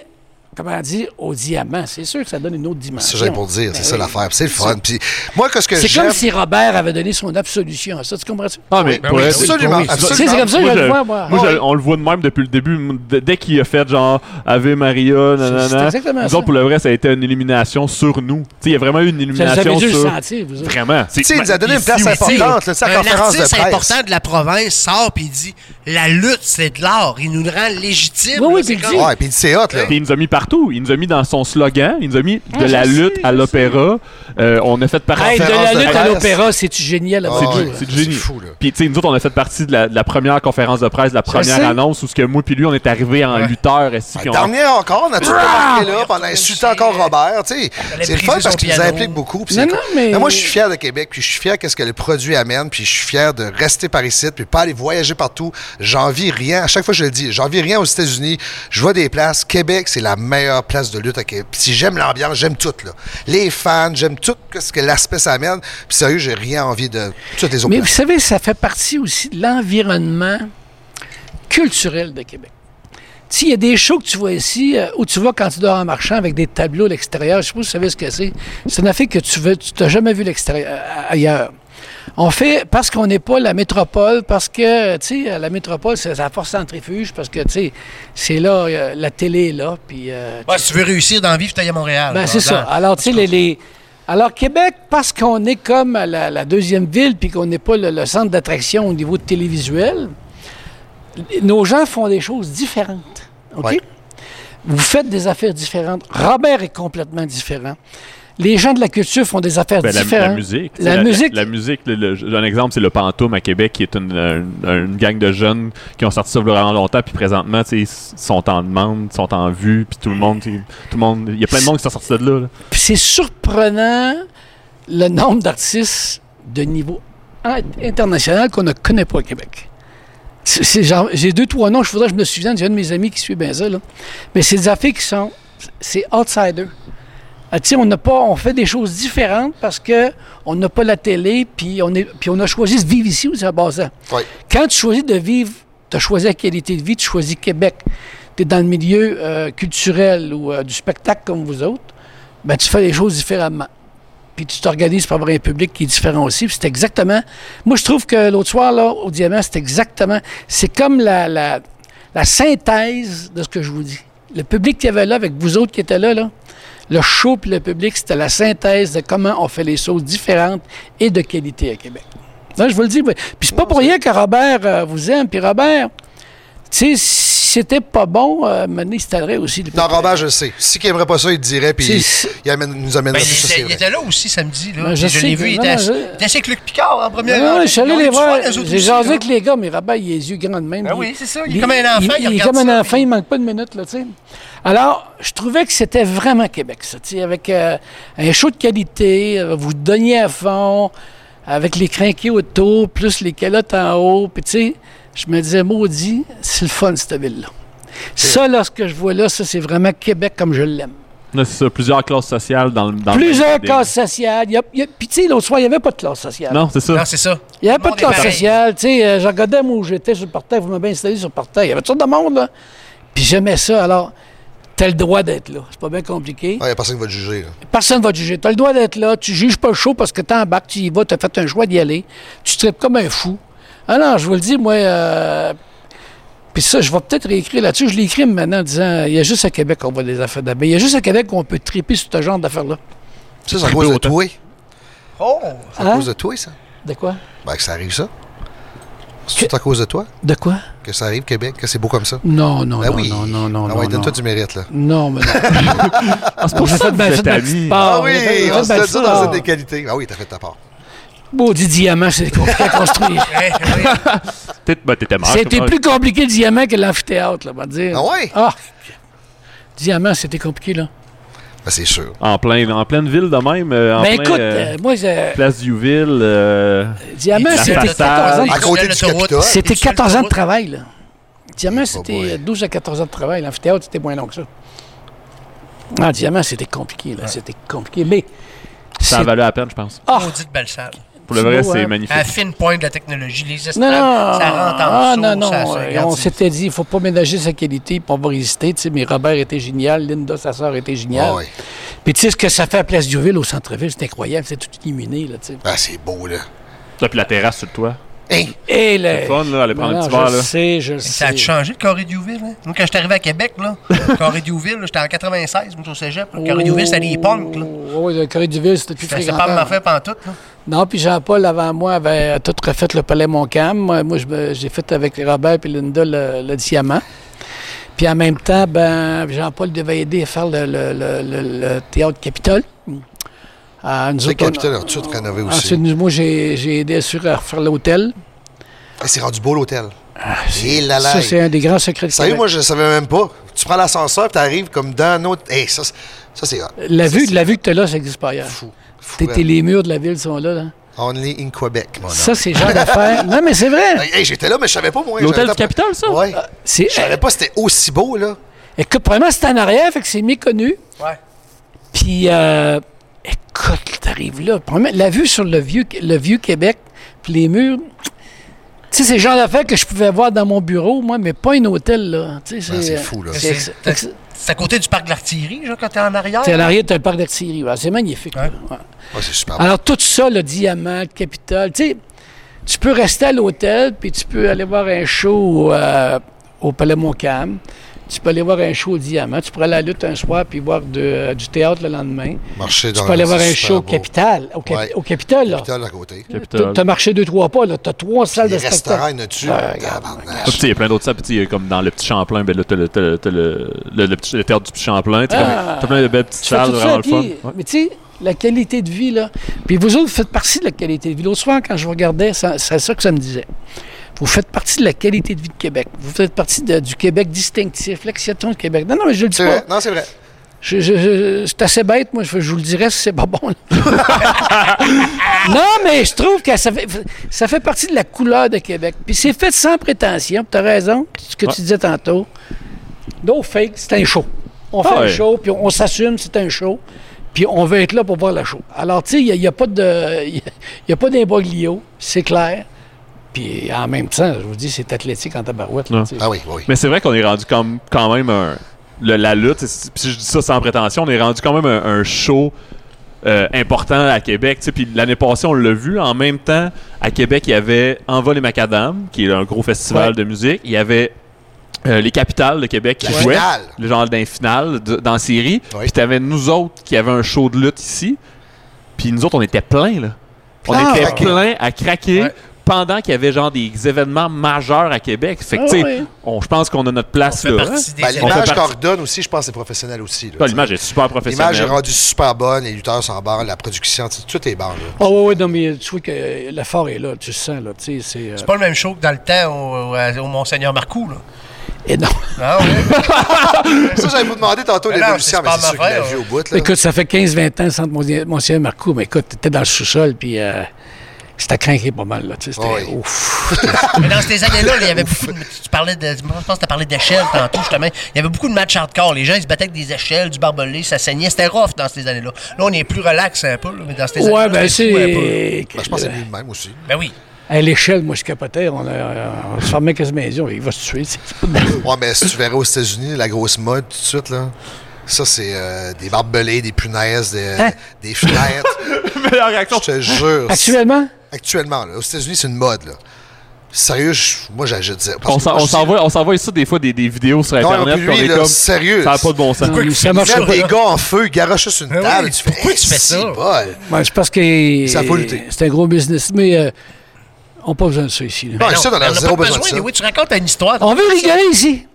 S12: comment dire, au diamant, c'est sûr que ça donne une autre
S1: C'est
S12: dimension. Ben
S1: ça que j'allais pour dire, c'est ça l'affaire. Puis C'est le fun. Puis moi, qu'est-ce que
S12: C'est
S1: j'aime- Ben
S12: comme si Robert avait donné son absolution à ça, tu comprends-tu?
S13: Ah, mais pour être-
S1: absolument,
S13: oui, c'est
S1: absolument.
S13: ça.
S12: Tu sais, c'est comme ça que
S13: Moi,
S12: je le vois, moi.
S13: moi,
S12: Ah
S13: je-
S12: oui.
S13: on le voit de même depuis le début. M- d- Dès qu'il a fait genre Ave Maria, nanana.
S12: c'est exactement
S13: nous
S12: ça.
S13: autres, pour le vrai, ça a été une illumination sur nous. Tu sais, il y a vraiment eu une
S12: Vous avez
S13: illumination
S12: dû le
S13: sur.
S12: sentir, vous autres.
S13: Vraiment.
S1: Tu sais, il nous a donné une place importante, là, tu sais, à la
S3: un
S1: conférence de
S3: artiste
S1: presse.
S3: important de la province sort puis il dit la lutte c'est de l'art, il nous le rend légitime. là, c'est comme-
S1: Ouais, puis c'est hot, là.
S13: Puis il nous a mis partout. Il nous a mis dans son slogan. Il nous a mis
S12: Ah,
S13: de
S3: Ouais,
S13: la
S3: je
S13: lutte à l'opéra. Euh, on a fait partie.
S12: Hey, de la lutte à
S13: Hey,
S12: l'opéra, c'est-tu génial à
S13: C'est
S12: voir?
S13: du- c'est du génie. Puis, tu sais, nous autres, on a fait partie de la, de la première conférence de presse, de la
S1: sais.
S13: première annonce où ce que moi puis lui, on est arrivé en lutteur. est-ce qu'on-
S1: Dernière encore, on a tout remarqué là pendant insultant encore Robert. tu sais. C'est le
S13: brisé
S1: fun parce
S13: son
S1: qu'ils nous
S13: piano.
S1: impliquent beaucoup. puis
S13: Non,
S1: c'est
S13: non,
S1: cool.
S13: mais-
S1: Mais Moi, je suis fier de Québec, puis je suis fier qu'est-ce que le produit amène, puis je suis fier de rester par ici, puis pas aller voyager partout. J'envie rien. À chaque fois, je le dis, j'envie rien aux États-Unis. Je vois des places. Québec, c'est la meilleure place de lutte à Québec. Puis si j'aime l'ambiance, j'aime tout. Là. Les fans, j'aime tout ce que l'aspect ça amène. Puis sérieux, j'ai rien envie de toutes les autres
S12: Mais vous
S1: places.
S12: savez, ça fait partie aussi de l'environnement culturel de Québec. Tu sais, il y a des shows que tu vois ici, euh, où tu vas quand tu dors en marchant avec des tableaux à l'extérieur. Je sais pas si vous savez ce que c'est. C'est une affaire que tu veux, tu t'as jamais vu l'extérieur, euh, ailleurs. On fait parce qu'on n'est pas la métropole, parce que, tu sais, euh, la métropole, c'est la force centrifuge, parce que, tu sais, c'est là, euh, la télé est là, puis euh,
S3: Ouais, Ah, si tu veux réussir dans la vie, faut aller à Montréal.
S12: ben, c'est ça.
S3: Dans-
S12: Alors, tu sais, les, les- Alors, Québec, parce qu'on est comme la, la deuxième ville puis qu'on n'est pas le, le centre d'attraction au niveau télévisuel, nos gens font des choses différentes. OK? Vous faites des affaires différentes. Robert est complètement différent. Les gens de la culture font des affaires
S13: Ben, la,
S12: différentes.
S13: la musique. tu sais,
S12: La, musique.
S13: La, musique, le- le- j'ai un exemple, c'est le Pantoum à Québec, qui est une, une- une gang de jeunes qui ont sorti ça vraiment longtemps, puis présentement, tu sais, ils sont en demande, sont en vue, puis tout le monde, tu sais, tout le monde, il y a plein de monde qui sont sortis de là. là.
S12: Puis c'est surprenant le nombre d'artistes de niveau in- international qu'on ne connaît pas au Québec. C'est- c'est genre- J'ai deux, trois noms, je voudrais que je me souvienne, j'ai un de mes amis qui suit bien ça. Là. Mais c'est des affaires qui sont. C'est outsider. Ah, tu sais, on n'a pas. On fait des choses différentes parce que on n'a pas la télé, puis on, est, puis on ah, bah, a choisi de vivre ici ou c'est à Bazin. Quand tu choisis de vivre, tu as choisi la qualité de vie, tu choisis Québec. Tu es dans le milieu euh, culturel ou euh, du spectacle comme vous autres, ben, tu fais les choses différemment. Puis tu t'organises pour avoir un public qui est différent aussi. Puis c'est exactement. Moi, je trouve que l'autre soir, là, au Diamant, c'est exactement. C'est comme la, la, la synthèse de ce que je vous dis. Le public qui avait là, avec vous autres qui étaient là, là le show puis le public, c'était la synthèse de comment on fait les choses différentes et de qualité à Québec. Non, je vous le dis. oui. Puis c'est pas pour rien que Robert euh, vous aime. Puis Robert, tu sais, si c'était pas bon, euh, Mané, il s'étalerait aussi.
S1: Non, Robert, je le sais. Si qu'il aimerait pas ça, il te dirait, puis il, amène- nous amènerait
S3: Ben,
S1: tout
S3: il,
S1: ça,
S3: était,
S1: c'est
S3: il
S1: vrai.
S3: était là aussi samedi. Là.
S12: Ben,
S3: je
S12: je sais
S3: l'ai
S12: que-
S3: vu, il
S12: non,
S3: était
S12: non,
S3: assis,
S12: je-
S3: il était assis avec Luc Picard en première
S12: Non,
S3: heure.
S12: non, je suis allé
S3: Ils ont
S12: Ah, les
S3: eu du fun,
S12: voir.
S3: eux autres
S12: J'ai
S3: aussi,
S12: jasé
S3: là.
S12: avec les gars, mais Rabat, il a les yeux grands de même.
S3: Ben oui, c'est ça, il est comme un enfant, il
S12: Il, est
S3: regarde
S12: comme
S3: ça,
S12: un enfant, il manque pas de minute, là, tu sais. Alors, je trouvais que c'était vraiment Québec, ça, tu sais, avec euh, un show de qualité, euh, vous donniez à fond, avec les crinqués autour, plus les calottes en haut, puis tu sais, je me disais, maudit, c'est le fun, cette ville-là. Ça, là, ce que je vois là, ça, c'est vraiment Québec comme je l'aime.
S13: Là, c'est ça, plusieurs classes sociales dans, le- dans le-
S12: Plusieurs
S13: Ah, ben, des-
S12: classes sociales. il y a- il y a- Puis, tu sais, l'autre soir, il n'y avait pas de classe sociale.
S13: Non, c'est ça.
S3: Non, c'est ça.
S12: Il n'y avait pas de
S3: monde est
S12: classe
S3: pareil.
S12: sociale. Tu sais, euh, je regardais moi où j'étais sur le parterre, vous m'avez bien installé sur le parterre. Il y avait tout de monde, là. Puis j'aimais ça. Alors, t'as le droit d'être là. C'est pas bien compliqué.
S1: Il n'y a personne qui va te juger. là.
S12: Personne va te juger. T'as le droit d'être là. Tu juges pas le show parce que t'es en bac, tu y vas, t'as fait un choix d'y aller. Tu tripes comme un fou. Ah non, je vous le dis, moi. euh, Puis ça, je vais peut-être réécrire là-dessus. Je l'écris maintenant en disant il y a juste à Québec qu'on voit des affaires d'abus. Il y a juste à Québec qu'on peut triper sur ce genre d'affaires-là.
S1: Ça, c'est à cause de toi.
S3: Oh!
S1: C'est à
S12: Hein?
S1: cause de toi, ça.
S12: De quoi?
S1: Ben, que ça arrive, ça. C'est tout à cause de toi?
S12: De quoi?
S1: Que ça arrive, Québec, que c'est beau comme ça.
S12: Non, non,
S1: Ben
S12: non,
S1: oui.
S12: non, non, non,
S1: Ah
S12: non,
S1: ouais, donne-toi
S12: non.
S1: du mérite, là.
S12: Non, mais non.
S13: Ah, c'est pour
S12: J'ai
S13: ça
S12: fait
S13: que
S12: ma-
S13: vous
S12: j'ai
S13: êtes
S12: fait ma
S13: amis.
S12: petite part.
S1: Ah
S12: J'ai fait- j'ai
S1: oui,
S12: fait
S1: on
S12: ma
S1: se donne
S12: petite
S1: ça dans
S12: part.
S1: cette qualités. Ah oui, t'as fait ta part.
S12: Maudit diamant, c'est compliqué à construire.
S13: Peut-être, ben, t'étais mort.
S12: C'était
S13: toi.
S12: plus compliqué le diamant que l'amphithéâtre, là, on va dire. Ah ouais? Ah! Diamant, c'était compliqué, là.
S1: Ben, c'est sûr.
S13: En, plein, en pleine ville de même. euh, en
S12: Ben,
S13: plein,
S12: écoute,
S13: euh,
S12: euh, moi, je-
S13: Place euh, du ville.
S12: Diamant, c'était 14 ans
S1: Ah,
S12: de- C'était 14 ans de travail, là. Diamant, c'était 12 à 14 ans de travail. L'amphithéâtre, c'était moins long que ça. Ah, Diamant, c'était compliqué, là. C'était compliqué, mais...
S13: Ça en
S12: c'est- hein?
S13: valait la peine, je pense.
S12: Ah!
S3: Maudite belle salle.
S13: Pour le vrai, c'est magnifique.
S3: À la fine pointe de la technologie, les
S12: Non,
S3: estrades,
S12: non,
S3: ça rentre en
S12: ah,
S3: dessous,
S12: non, non.
S3: ça- ça-
S12: euh,
S3: regarde,
S12: on
S3: c'est-
S12: s'était dit, il faut pas ménager sa qualité, puis on va résister. Tu sais, mais Robert était génial, Linda, sa sœur, était géniale.
S1: Ah Ouais, ouais.
S12: Puis tu sais ce que ça fait à Place Diouville, au centre-ville, c'est incroyable, c'est tout illuminé, là, tu sais.
S1: Ah, c'est beau, là.
S13: Toi, puis la terrasse sur le toit.
S12: Et le...
S13: C'est le fun, là, aller prendre
S12: Non,
S13: un petit
S12: non,
S13: verre,
S12: je
S13: là.
S12: sais, je le sais.
S3: Ça a changé le carré Diouville. Hein? Moi, quand j'étais arrivé à Québec, là, le carré Diouville, là, j'étais en 96, moi, j'étais au cégep. Le carré Diouville, c'était des punks. là.
S12: Oui, Oh, le Corée du Ville, c'était plus
S3: Ça, c'est
S12: fréquent.
S3: pas ma fait pantoute. Là.
S12: Non, puis Jean-Paul, avant moi, avait tout refait le Palais Montcalm. Moi, moi, je me- j'ai fait avec Robert et Linda le, le Diamant. Puis en même temps, ben, Jean-Paul devait aider à faire le, le- le- le- le Théâtre Capitole. Ah, nous
S1: Le
S12: autres, on- Ah,
S1: Capitole a tout rénové aussi.
S12: Ensuite, nous- moi, j'ai j'ai aidé à sur- à refaire l'hôtel.
S1: Ah, c'est rendu beau, l'hôtel. Et là là.
S12: Ça, c'est un des grands secrets de
S1: Sérieux,
S12: Québec.
S1: moi, je savais même pas. Tu prends l'ascenseur, puis t'arrives comme dans un autre. Hey, ça, c'est- ça c'est hot.
S12: La vue, la vue que tu as là, ça n'existe pas ailleurs. Euh, T'es-
S1: ouais.
S12: t'es- les murs de la ville sont là. là.
S1: Only in Quebec, mon
S12: Ça, c'est le genre d'affaires. Non, mais c'est vrai.
S1: Hey, hey, j'étais là, mais je savais pas, moi.
S12: L'hôtel du
S1: Capitole,
S13: ça?
S1: Ouais.
S12: Je
S1: savais pas c'était aussi beau, là.
S12: Écoute, premièrement, c'est en arrière, fait que c'est méconnu.
S3: Ouais.
S12: Puis, euh, écoute, t'arrives là. Premièrement, la vue sur le vieux, le vieux Québec, puis les murs. Tu sais, c'est le genre d'affaires que je pouvais voir dans mon bureau, moi, mais pas un hôtel, là. Tu sais,
S3: Ouais, Ah, c'est
S12: euh,
S3: fou, là.
S12: c'est-
S3: C'est-
S12: fait que c'est-
S3: C'est à côté du parc de l'artillerie, genre, quand t'es en arrière.
S12: T'es à l'arrière, t'as le parc d'artillerie. Ouais, c'est magnifique. là. Ouais.
S1: Ouais, Ah, c'est super.
S12: Alors, tout ça, le diamant, le capitole, tu sais, tu peux rester à l'hôtel, puis tu peux aller voir un show euh, au Palais Montcalm. Tu peux aller voir un show au diamant. Tu peux aller à la lutte un soir, puis voir de- euh, du théâtre le lendemain.
S1: Marcher dans
S12: tu peux aller
S1: le-
S12: voir
S1: c'est
S12: un
S1: super
S12: show au
S1: beau.
S12: Capitole. Au, Cap-
S1: Ouais.
S12: au Capitole, là.
S1: Capitole à côté.
S13: Capitole.
S12: T'as marché deux, trois pas, là. T'as trois salles
S1: Les
S12: de spectacle.
S1: restaurants, il y en a-tu?
S13: Ah, puis, tu sais, il y a plein d'autres salles. Puis, tu sais, comme dans le petit Champlain, ben, là, t'as le, t'as le, t'as le, le, le petit- le théâtre du petit Champlain. T'as comme-
S12: Ah.
S13: t'as plein de belles petites
S12: Tu fais
S13: salles,
S12: tout ça,
S13: vraiment le
S12: puis-
S13: fun.
S12: Mais tu sais, la qualité de vie, là. Puis vous autres, vous faites partie de la qualité de vie. L'autre soir, quand je vous regardais, ça- c'est ça que ça me disait. Vous faites partie de la qualité de vie de Québec. Vous faites partie de- du Québec distinctif, l'acceptation du Québec. Non, non, mais je le dis
S1: C'est
S12: pas.
S1: vrai. Non, c'est vrai.
S12: Je- je- je- c'est assez bête, moi, je, je vous le dirais si c'est pas bon. non, mais je trouve que ça fait, ça fait partie de la couleur de Québec. Puis c'est fait sans prétention, tu as raison, ce que
S13: Ouais.
S12: tu disais tantôt. No fake, c'est un show. On fait
S13: Ah
S12: un
S13: ouais.
S12: show, puis on s'assume, c'est un show. Puis on veut être là pour voir la show. Alors, tu sais, il n'y a, il y a pas de- il y a pas d'imbroglio, c'est clair. Puis en même temps, je vous dis, c'est athlétique en tabarouette. là,
S13: Non.
S12: tu
S1: Ah
S12: sais.
S13: Mais c'est vrai qu'on est rendu comme, quand même un, le- la lutte, c'est- puis je dis ça sans prétention, on est rendu quand même un, un show euh, important à Québec. tu sais, Puis l'année passée, on l'a vu. En même temps, à Québec, il y avait Envol et Macadam, qui est un gros festival
S1: Ouais.
S13: de musique. Il y avait euh, les capitales de Québec qui
S1: La
S13: jouaient,
S1: finale.
S13: le genre d'un final de- dans la série. Puis t'avais nous autres qui avaient un show de lutte ici. Puis nous autres, on était pleins, là. On
S1: Ah,
S13: était
S1: ouais.
S13: pleins à craquer pendant qu'il y avait genre des événements majeurs à Québec. Fait que,
S1: Ah,
S13: tu sais,
S1: ouais.
S13: on- je pense qu'on a notre place là.
S1: Ben,
S13: On fait
S1: L'image
S13: partie-
S1: qu'Ordonne aussi, je pense, c'est professionnel aussi. là, tu
S13: Ah,
S1: sais.
S13: L'image est super
S1: L'image est
S13: professionnelle.
S1: rendue super bonne, les lutteurs sont bons, la production, tu sais, tout est bon. là.
S12: Ah oui, oui, non, mais tu vois que euh, l'effort est là, tu le sens, là, tu sais, c'est... euh,
S3: C'est pas le même show que dans le temps au, euh, au- au Monseigneur Marcoux, là.
S12: Et non.
S3: Ah ouais.
S1: ça, j'allais vous demander tantôt
S3: Mais non,
S1: l'évolution,
S3: c'est
S1: mais
S3: pas
S1: c'est sûr
S3: ma
S1: qu'il l'a vu
S3: affaire,
S1: au bout. Là.
S12: Écoute, ça fait 15-20 ans, centre Monsie- Monseigneur Marcoux, mais écoute, t'étais dans le sous-sol, puis euh, c'était craqué pas mal, là, tu sais, c'était... Ouf!
S3: Mais dans ces années-là, il y avait beaucoup de. Tu parlais de. Je pense que tu parlé d'échelles tantôt, justement. Il y avait beaucoup de matchs hardcore. Les gens, ils se battaient avec des échelles, du barbelé, ça saignait. C'était rough dans ces années-là. Là, on est plus relax un peu, là, mais dans ces années-là.
S12: ouais, ben
S3: c'était
S12: c'est...
S3: fou un peu.
S1: Ben, je pense
S12: euh,
S1: que c'est lui-même aussi.
S3: Ben oui.
S12: À l'échelle, moi, je capotais, on, a- euh, on se fermait quasiment les yeux, il va se tuer, tu sais.
S1: Ouais, mais si tu verrais aux États-Unis, la grosse mode, tout de suite, là. Ça, c'est euh, des barbelés, des punaises, des,
S12: Hein?
S1: des fenêtres.
S13: Meilleure réaction.
S1: Je te jure.
S12: Actuellement?
S1: Actuellement, là. Aux États-Unis, c'est une mode, là. Sérieux, je- moi, j'agite ça. Parce
S13: On
S1: que
S13: s'en-
S1: moi,
S13: on
S1: je-
S13: s'envoie on s'envoie ça des fois des, des vidéos sur
S1: Non,
S13: internet
S1: puis
S13: puis on
S1: lui,
S13: est
S1: là,
S13: comme
S1: sérieux.
S13: ça n'a pas de bon sens.
S1: Ils mettent des
S3: Ben
S1: gars en feu, ils garochent sur une table, tu fais Ah Pourquoi tu fais ça?
S12: Ouais, ben, c'est parce que...
S1: Ça faut lutter.
S12: C'est un gros business, mais euh, on n'a pas besoin de ça ici, là.
S1: Non, ça, on a
S3: on n'a
S1: zéro
S3: pas
S1: besoin de
S3: besoin.
S1: ça.
S3: Oui, tu racontes une histoire.
S12: On veut rigoler ici.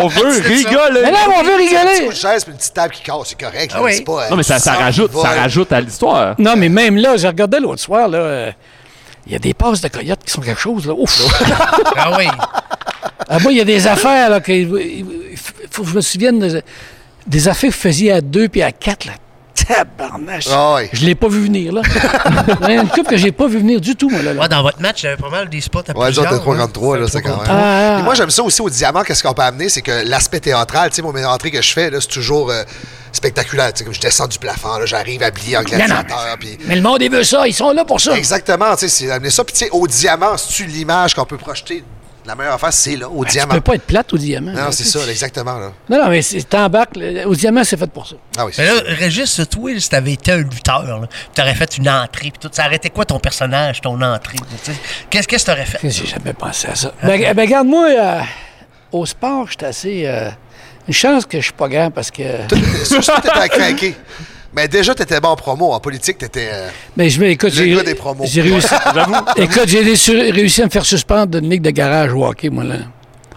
S13: On veut
S1: C'est ça.
S2: Euh,
S13: rigoler. Mais non, mais on veut
S1: C'est un
S13: rigoler.
S1: petit coup de chaise puis une petite table qui casse, c'est correct. là,
S12: Ah oui.
S1: c'est pas, euh,
S13: Non, mais ça, ça
S1: sans
S13: rajoute,
S1: vol.
S13: ça rajoute à l'histoire.
S12: Non, mais même là, j'ai regardé l'autre soir, là, euh, il y a des passes de coyotes qui sont quelque chose, là. Ouf!
S3: ah oui!
S12: Ah, moi, il y a des affaires, là, que, il faut que je me souvienne de- des affaires que vous faisiez à deux puis à quatre, là. Tabarnache!
S3: Ah oui.
S12: Je l'ai pas vu venir, là. Il y en a une coupe que j'ai pas vu venir du tout, moi, là. là.
S3: Moi, dans votre match, j'avais pas mal des spots à
S1: Ouais, les
S3: plusieurs.
S1: autres, t'es
S3: hein.
S1: 3 contre 3, là, c'est quand même.
S12: Ah, ah.
S1: Et moi, j'aime ça aussi au diamant. Qu'est-ce qu'on peut amener? C'est que l'aspect théâtral, tu sais, mon entrée que je fais, là, c'est toujours euh, spectaculaire. Tu sais, comme je descends du plafond, là, j'arrive habillé en
S12: Non, non,
S1: gladiateur. puis-
S12: Mais le monde, il veut ça, ils sont là pour ça.
S1: Exactement, tu sais, c'est amener ça. Puis, tu sais, au diamant, c'est-tu l'image qu'on peut projeter? La meilleure face, c'est là, au
S12: Ben, Tu
S1: diamant.
S12: peux pas être plate au diamant.
S1: Non,
S12: là,
S1: c'est
S12: tu sais.
S1: ça, là, exactement, là.
S12: Non, non, mais c'est- t'embarques, là, au diamant, c'est fait pour ça.
S1: Ah oui,
S3: Mais là, Régis, toi, là, si t'avais été un lutteur, là, pis t'aurais fait une entrée, pis tout, ça aurait été quoi ton personnage, ton entrée? là, tu sais? Qu'est-ce qu'est-ce que t'aurais fait?
S12: J'ai jamais pensé à ça. Ben, ben, regarde, moi, euh, au sport, j'étais assez. euh, une chance que je suis pas grand parce que. euh,
S1: C'est sûr que t'étais à craquer. Mais déjà, t'étais bon en promo. En politique, t'étais. euh,
S12: Mais Ben, je me écoute,
S1: Le
S12: j'ai
S1: gars des promos.
S12: j'ai réussi.
S1: J'avoue, j'avoue.
S12: écoute, j'ai réussi, réussi à me faire suspendre d'une ligue de garage au hockey, moi là.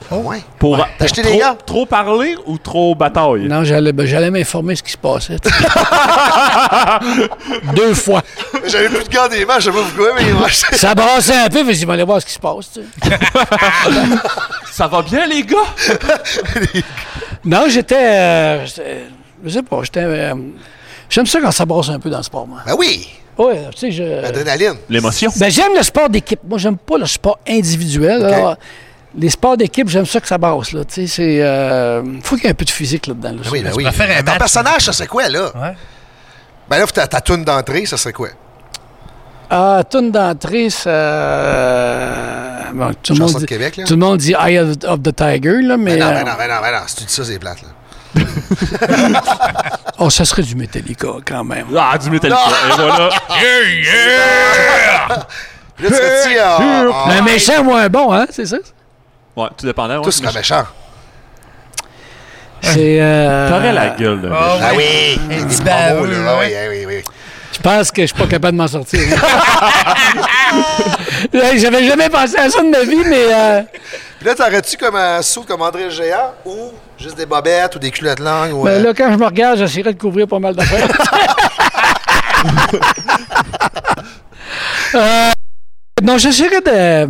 S12: Oh.
S1: ouais.
S13: Pour, pour
S1: acheté
S13: trop,
S1: des gants?
S13: trop parler ou trop bataille?
S12: Non, j'allais ben, j'allais m'informer ce qui se passait. tu sais. Deux fois.
S1: J'avais plus de gants des mains, je sais pas pourquoi, mais. moi, je-
S12: Ça brassait un peu, mais je m'allais voir ce qui se passe. tu sais.
S2: Ça va bien, les gars?
S12: Non, j'étais. euh, j'étais- je sais pas, j'étais. euh, J'aime ça quand ça brasse un peu dans le sport, moi.
S1: Ben oui!
S12: Oui, tu sais, je.
S1: Adrénaline.
S13: L'émotion.
S12: Ben, j'aime le sport d'équipe. Moi, j'aime pas le sport individuel. Alors, les sports d'équipe, j'aime ça que ça brasse. Là. Tu sais, c'est, euh, faut qu'il y ait un peu de physique là-dedans. là.
S1: Ben oui, ben
S12: Tu
S1: oui.
S12: préfères un
S1: Ton
S12: match,
S1: personnage, ça serait quoi, là? Ben là, ta, ta toune d'entrée, ça serait quoi?
S12: Ah, tune d'entrée, ça. euh, Bon, tout, le monde
S1: Chanson de
S12: dit,
S1: Québec, là?
S12: tout le monde dit Eye of, of the Tiger, là, mais.
S1: Ben non, ben
S12: euh,
S1: non, ben non, ben non. Si tu dis ça, c'est plate, là.
S12: Oh, ça serait du Metallica quand même.
S13: Ah, du Metallica.
S1: Non.
S13: Et voilà.
S1: Yeah, yeah! Là, tu ah, serais petit en- en-
S12: Un méchant ou un bon, hein, c'est ça?
S13: Ouais, tout dépendant. Ouais.
S1: Tout serait méchant.
S12: C'est. euh,
S13: T'aurais la gueule. d'un méchant.
S1: Ah oui! Des petits
S3: Ben
S1: promos,
S3: oui,
S1: là. Ah oui, ah oui, oui.
S12: Je pense que je suis pas capable de m'en sortir. Ouais, J'avais jamais pensé à ça de ma vie, mais. euh,
S1: Puis là, t'aurais-tu comme un sou comme André le Géant ou juste des bobettes ou des culottes longues? ou,
S12: ben
S1: euh,
S12: là, quand je me regarde, j'essaierai de couvrir pas mal d'affaires. Euh, non, j'essaierai de.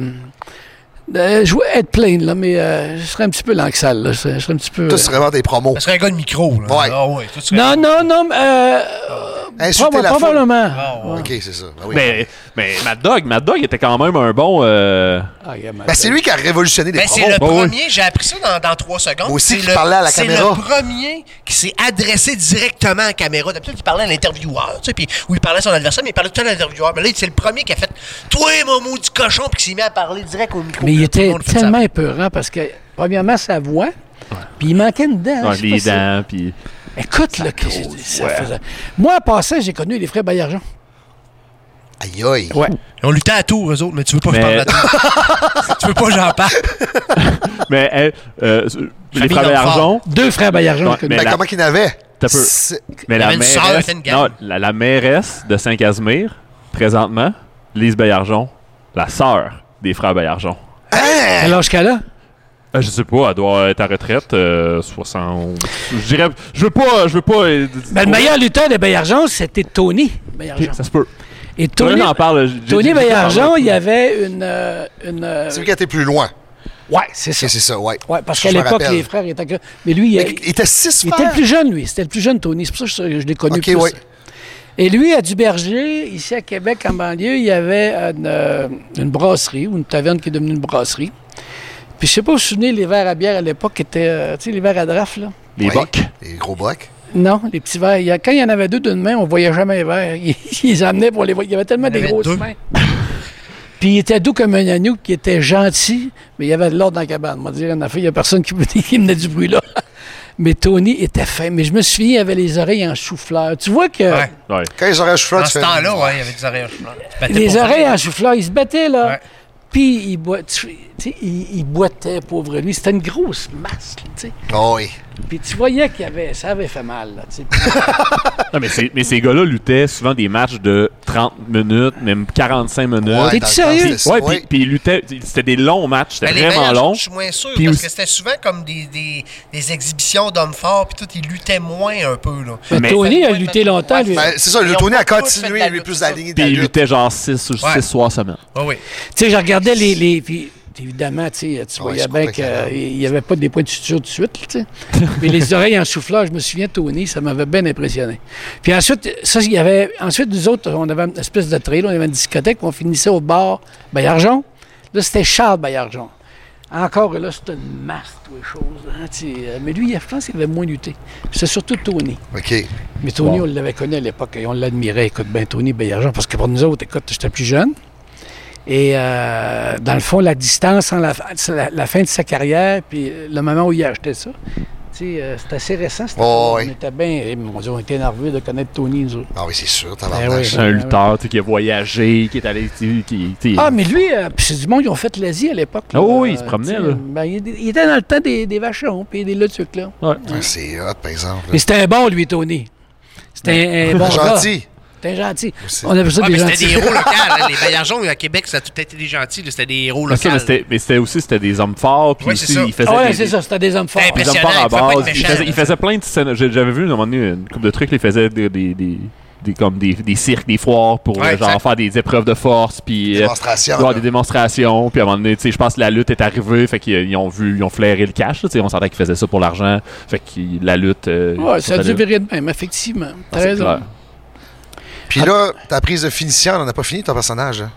S12: de jouer, être plain, là, mais euh, je serais un petit peu langue-sale, là. Je serais je serais un petit peu.
S1: Tout serait vraiment des promos.
S3: Ça serait un gars de micro, là.
S1: Ouais.
S3: Ah ouais, toi, tu serais-
S12: Non, non, non, mais, euh,
S1: Insulter
S12: proba-
S1: la foule.
S12: probablement.
S13: Ah,
S3: Ah
S1: OK, c'est ça. Ben oui.
S13: Mais, mais Mad Dog, Mad Dog était quand même un bon. euh,
S12: Ah, regarde, ma
S1: Ben, c'est
S12: tête.
S1: lui qui a révolutionné des
S3: Ben, c'est
S1: promos.
S3: le
S13: bah oui.
S3: premier, j'ai appris ça dans, dans trois secondes.
S1: Moi aussi,
S3: C'est
S1: qui
S3: le-
S1: parlait à la
S3: C'est
S1: caméra.
S3: le premier qui s'est adressé directement à la caméra. D'habitude, il parlait à l'intervieweur, tu sais, puis où il parlait à son adversaire, mais il parlait tout le temps à l'intervieweur. Mais là, c'est le premier qui a fait Toi, mon maudit cochon, puis qui s'est mis à parler direct au micro.
S12: Mais il
S3: Là, tout le
S12: était
S3: monde fait ça.
S12: tellement épeurant parce que, premièrement, sa voix, puis il manquait une dent. hein,
S13: ouais,
S12: je sais pas
S13: les
S12: si-
S13: dents, puis.
S12: Écoute, là, que j'ai- ça faisait- Moi, en passant, j'ai connu les frères Baillargeon.
S1: Aïe, aïe.
S12: Ouais.
S3: On luttait à tour, eux autres, mais tu veux pas que je
S13: Mais-
S3: parle à tour. tu veux pas que j'en parle.
S13: Mais, hey, euh, les
S3: Famille
S13: frères
S3: d'enfants.
S13: Argent.
S12: Deux frères Baillargeon.
S13: Ouais,
S12: j'ai connu.
S13: mais
S1: Ben,
S13: la-
S1: comment qu'il n'avait?
S13: T'as peu.
S3: Il
S13: Mais
S3: y
S13: la
S3: avait une sœur,
S13: mairesse,
S3: elle fait une
S13: non,
S3: gamme.
S13: la, la mairesse de Saint-Casimir, présentement, Lise Bayarjon, la sœur des frères Bayarjon.
S12: Elle lâche qu'à là.
S13: Euh, je sais pas, elle doit être à retraite, euh, 60. Je dirais. Je veux pas. Je veux pas. euh,
S12: Ben, le meilleur lutteur de Baillargeon, c'était Tony
S13: Ok,
S12: Baillargeon.
S13: Ça se peut.
S12: Et
S13: Tony,
S12: Tony,
S13: j'en parle. j'ai- j'ai-
S12: Tony
S13: j'ai-
S12: Baillargeon, il y avait une. euh, une euh,
S1: C'est lui qui a été plus loin.
S12: ouais, c'est ça.
S1: C'est c'est ça, ouais.
S12: Ouais, parce
S1: Je
S12: qu'à
S1: me
S12: l'époque,
S1: rappelle.
S12: les frères étaient. que- Mais lui, il,
S1: Il était six
S12: il était le
S1: frères.
S12: plus jeune, lui. C'était le plus jeune, Tony. C'est pour ça que je, je l'ai connu
S1: Ok,
S12: plus.
S1: ouais.
S12: Et lui, à Duberger, ici à Québec, en banlieue, il y avait une, euh, une brasserie ou une taverne qui est devenue une brasserie. Puis je sais pas, vous vous souvenez, les verres à bière à l'époque étaient, euh, tu sais, les verres à draft, là.
S13: Les
S1: Ouais.
S13: bocs.
S1: Les gros bocs.
S12: Non, les petits verres. Il y a- quand il y en avait deux d'une main, on voyait jamais les verres. Ils, ils les amenaient pour les voir. Il y avait tellement
S3: Il y en
S12: des
S3: avait
S12: grosses
S3: deux.
S12: mains. Puis il était doux comme un agneau, qui était gentil, mais il y avait de l'ordre dans la cabane. On va dire, en affaire, il n'y a personne qui, qui menait du bruit là. Mais Tony était fin. Mais je me souviens, il avait les oreilles en chou-fleur. Tu vois que
S3: Ouais.
S13: Ouais.
S1: Quand ils auraient cheveux,
S3: Dans
S1: tu
S3: ce
S1: fais.
S3: temps-là, ouais, il y avait des Ben, oreilles en chemin. Tu battais pour
S12: les oreilles
S3: ça.
S12: en chou-fleur, il se battait, là.
S3: Ouais.
S12: Puis il, boi- tu- tu sais, il, il boitait, pauvre lui. C'était une grosse masse, là, tu sais.
S1: Oh, oui.
S12: Puis tu voyais qu'il y avait, ça avait fait mal. Là, tu sais. Puis
S13: Non, mais, ces- mais ces gars-là luttaient souvent des matchs de 30 minutes, même 45 minutes.
S12: Ouais, T'es-tu dans le sérieux? temps, c'est-
S13: Ouais,
S12: ouais.
S13: puis- puis ils luttaient. C'était des longs matchs, c'était
S3: Ben, les
S13: vraiment
S3: meilleurs,
S13: long.
S3: Je suis moins sûr,
S13: Puis
S3: parce
S13: aussi-
S3: que c'était souvent comme des, des, des exhibitions d'hommes forts, puis tout, ils luttaient moins un peu. Là.
S13: Mais- Tony
S12: a lutté longtemps, lui.
S1: Ben, c'est ça, le
S3: Ils ont
S1: Tony
S3: pas
S1: a
S3: tous fait de
S1: continué,
S3: la
S1: lui,
S3: lutte,
S1: plus
S3: ça.
S1: aligné de
S13: Puis
S1: la
S13: ils
S1: lutte.
S13: luttaient genre 6 ou 6
S3: Ouais.
S13: soirs semaine.
S3: Ah oui.
S12: Tu sais, je regardais les. les puis, évidemment, tu sais, tu voyais
S1: c'est
S12: bien
S1: complètement
S12: qu'il n'y avait pas des points de suture tout de suite, là, tu sais. Mais les oreilles en souffleur, je me souviens, Tony, ça m'avait bien impressionné. Puis ensuite, ça, il y avait. Ensuite, nous autres, on avait une espèce de trail, on avait une discothèque, puis on finissait au bar Bayarjon. Là, c'était Charles Bayarjon. Encore là, c'était une masse, toutes les choses. hein, tu sais. mais lui, je pense qu'il avait moins lutté. Puis C'est surtout Tony.
S1: OK.
S12: Mais Tony,
S13: Bon.
S12: on l'avait connu à l'époque et on l'admirait. Écoute, ben Tony Bayargent, parce que pour nous autres, écoute, j'étais plus jeune. Et euh, dans le fond, la distance, en la, c'est la, la fin de sa carrière, puis euh, le moment où il a acheté ça, tu sais, euh, c'est assez récent. c'était-
S1: Oh,
S12: on
S1: ouais.
S12: était bien, eh, mon Dieu, on était énervés de connaître Tony, nous autres.
S1: Ah oui, c'est sûr, t'as
S12: Ben oui.
S13: C'est un lutteur tu sais, qui a voyagé, qui est allé. tu sais, Qui, tu sais,
S12: Ah, mais lui, euh, puis c'est du monde, ils ont fait l'Asie à l'époque.
S13: Ah
S12: là,
S13: oui, il se
S12: euh,
S13: promenait,
S12: tu sais,
S13: là.
S12: ben, il, il était dans le temps des, des vachons, puis des letucs, là.
S13: Ouais.
S1: Ah, C'est hot, par exemple. là.
S12: Mais c'était un bon, lui, Tony. C'était un, un bon gars.
S1: Gentil.
S12: C'était un gentil.
S1: Aussi.
S12: On appelle ça
S3: Ouais,
S12: des
S3: Ah, mais
S12: gentils.
S3: c'était des héros locaux. hein. Les Bayargeons à Québec, ça a tout été des gentils. là. C'était des héros
S13: Mais ça, mais
S3: locaux.
S13: c'était- mais c'était aussi c'était des hommes forts, puis
S3: Ouais, c'est
S13: aussi
S3: ça.
S13: ils faisaient
S12: Ah ouais,
S13: des-
S12: c'est ça, c'était des hommes forts.
S13: des hommes
S3: Impressionnant,
S13: forts à
S3: il pouvait pas
S13: base.
S3: être
S13: Ils
S3: méchant,
S13: faisaient,
S3: là.
S13: ils faisaient plein de scènes. J'ai- J'avais vu à un moment donné une couple de trucs, là, ils faisaient des, des, des, des- comme des, des cirques, des foires pour
S3: Ouais,
S13: euh, genre
S3: exact.
S13: faire des épreuves de force, puis euh,
S1: Démonstrations,
S13: ouais,
S1: là.
S13: des démonstrations. Puis à un moment donné, tu sais, je pense que la lutte est arrivée, fait qu'ils ils ont vu, ils ont flairé le cash. là, tu sais, on s'entend qu'ils faisaient ça pour l'argent, fait que la lutte. euh,
S12: Ouais,
S13: ils sont
S12: ça a dû
S13: allés-
S12: virer de même, effectivement.
S13: Ah,
S12: T'as
S13: c'est
S12: raison.
S13: clair.
S1: Puis là, ta prise de finition, on n'a pas fini ton personnage. hein.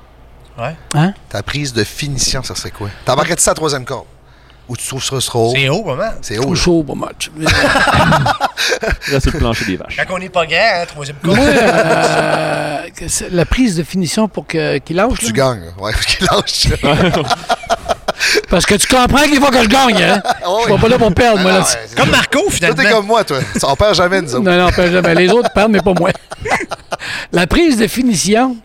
S3: Ouais.
S12: Hein?
S1: Ta prise de finition, ça serait quoi? T'embarquerais-tu ça à troisième compte? Ou tu trouves ça trop haut?
S3: C'est haut, pas mal.
S1: C'est haut. là.
S12: Chaud, bon match. Mais,
S13: Là, sur le plancher des vaches.
S3: Quand on n'est pas grand, hein, troisième compte.
S12: Moi, euh, que c'est- la prise de finition pour que- qu'il lâche,
S1: Tu
S12: là.
S1: gagnes. là. Ouais, parce qu'il lâche.
S12: parce que tu comprends qu'il faut que je gagne. Hein?
S1: Oh,
S12: Je suis pas là pour perdre, moi.
S1: Ah,
S12: Là.
S1: ouais, c'est
S3: Comme
S1: ça.
S3: Marco,
S1: Toi,
S3: finalement.
S1: t'es comme moi, toi. On perd jamais, nous autres.
S12: Non, non, pas jamais. Les autres perdent, mais pas moi. la prise de finition,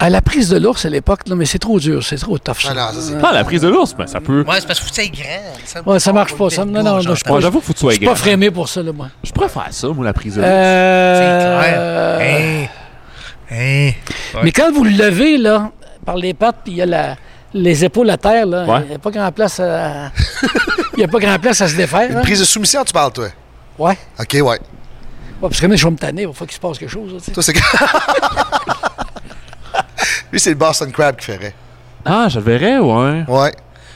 S12: à la prise de l'ours à l'époque, là, mais c'est trop dur, c'est trop tough. ça.
S1: Ah, non, ça, c'est-
S13: Ah, la prise de l'ours, ben, ça peut.
S3: Ouais, c'est parce que vous êtes grand.
S12: Ouais, ça marche pas, ça. Non, non, non, je suis
S13: Ouais,
S12: pas,
S13: j'avoue, faut que tu sois
S12: je suis pas
S13: grand.
S12: frémé pour ça, là, moi.
S13: Je préfère ça, moi, la prise de l'ours.
S12: Euh,
S3: Hein? Hein?
S12: Mais quand vous le levez, là, par les pattes, puis il y a la- les épaules à terre, là, il
S13: Ouais.
S12: n'y a pas grand place à... Il y a pas grand place à se défaire.
S1: Une
S12: hein.
S1: prise de soumission, tu parles, toi.
S12: Ouais. ouais.
S1: OK, ouais.
S12: Parce que moi, je vais me tanner, il faut qu'il se passe quelque chose. là, tu sais.
S1: Toi, c'est. Lui, c'est le Boston Crab qui ferait.
S13: Ah, je le verrais, ouais.
S1: Ouais.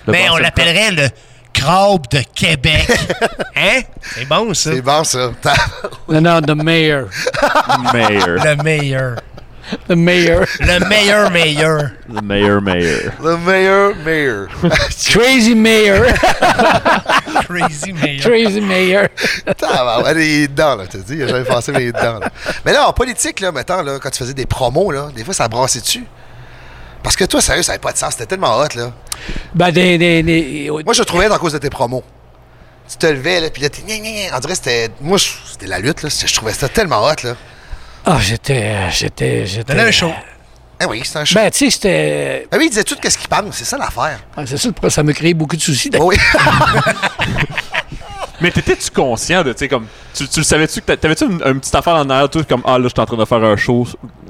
S13: Le
S3: Mais
S13: bon
S3: on
S13: serpent.
S3: l'appellerait le crabe de Québec. hein? C'est bon, ça.
S1: C'est bon, ça. T'as-
S12: Non, non, the mayor.
S13: Mayor.
S3: Le meilleur.
S12: The mayor.
S3: Le meilleur meilleur.
S13: Le meilleur mayor.
S1: Le meilleur mayor.
S12: Crazy mayor.
S3: Crazy meilleur.
S12: Crazy mayor.
S1: Tabarnak. Elle est dedans, là, t'as dit. Il a jamais pensé, mais il est dedans. là. Mais là, en politique, là, mettons, là, quand tu faisais des promos, là, des fois, ça brassait dessus. Parce que toi, sérieux, ça n'avait pas de sens. C'était tellement hot, là.
S12: Ben, des, des, des-
S1: Moi, je te trouvais à cause de tes promos. Tu te levais, là, puis là, t'es gna, gna, gna. On dirait que c'était. Moi, je- c'était la lutte, là. Je trouvais ça tellement hot, là.
S12: Ah, j'étais... J'étais... j'étais-
S3: Donnez un show.
S1: Ah oui, c'est un show.
S12: Ben, tu sais, j'étais...
S1: Ah oui, il disait tout qu'est-ce qu'il parle. C'est ça l'affaire.
S12: Ah, c'est sûr, ça me créait beaucoup de soucis.
S1: Ah oui.
S13: Mais t'étais-tu conscient de, tu sais, comme, tu, tu le savais-tu que t'a- t'avais-tu une, une petite affaire en arrière, toi, comme, ah là, je suis en train de faire un show,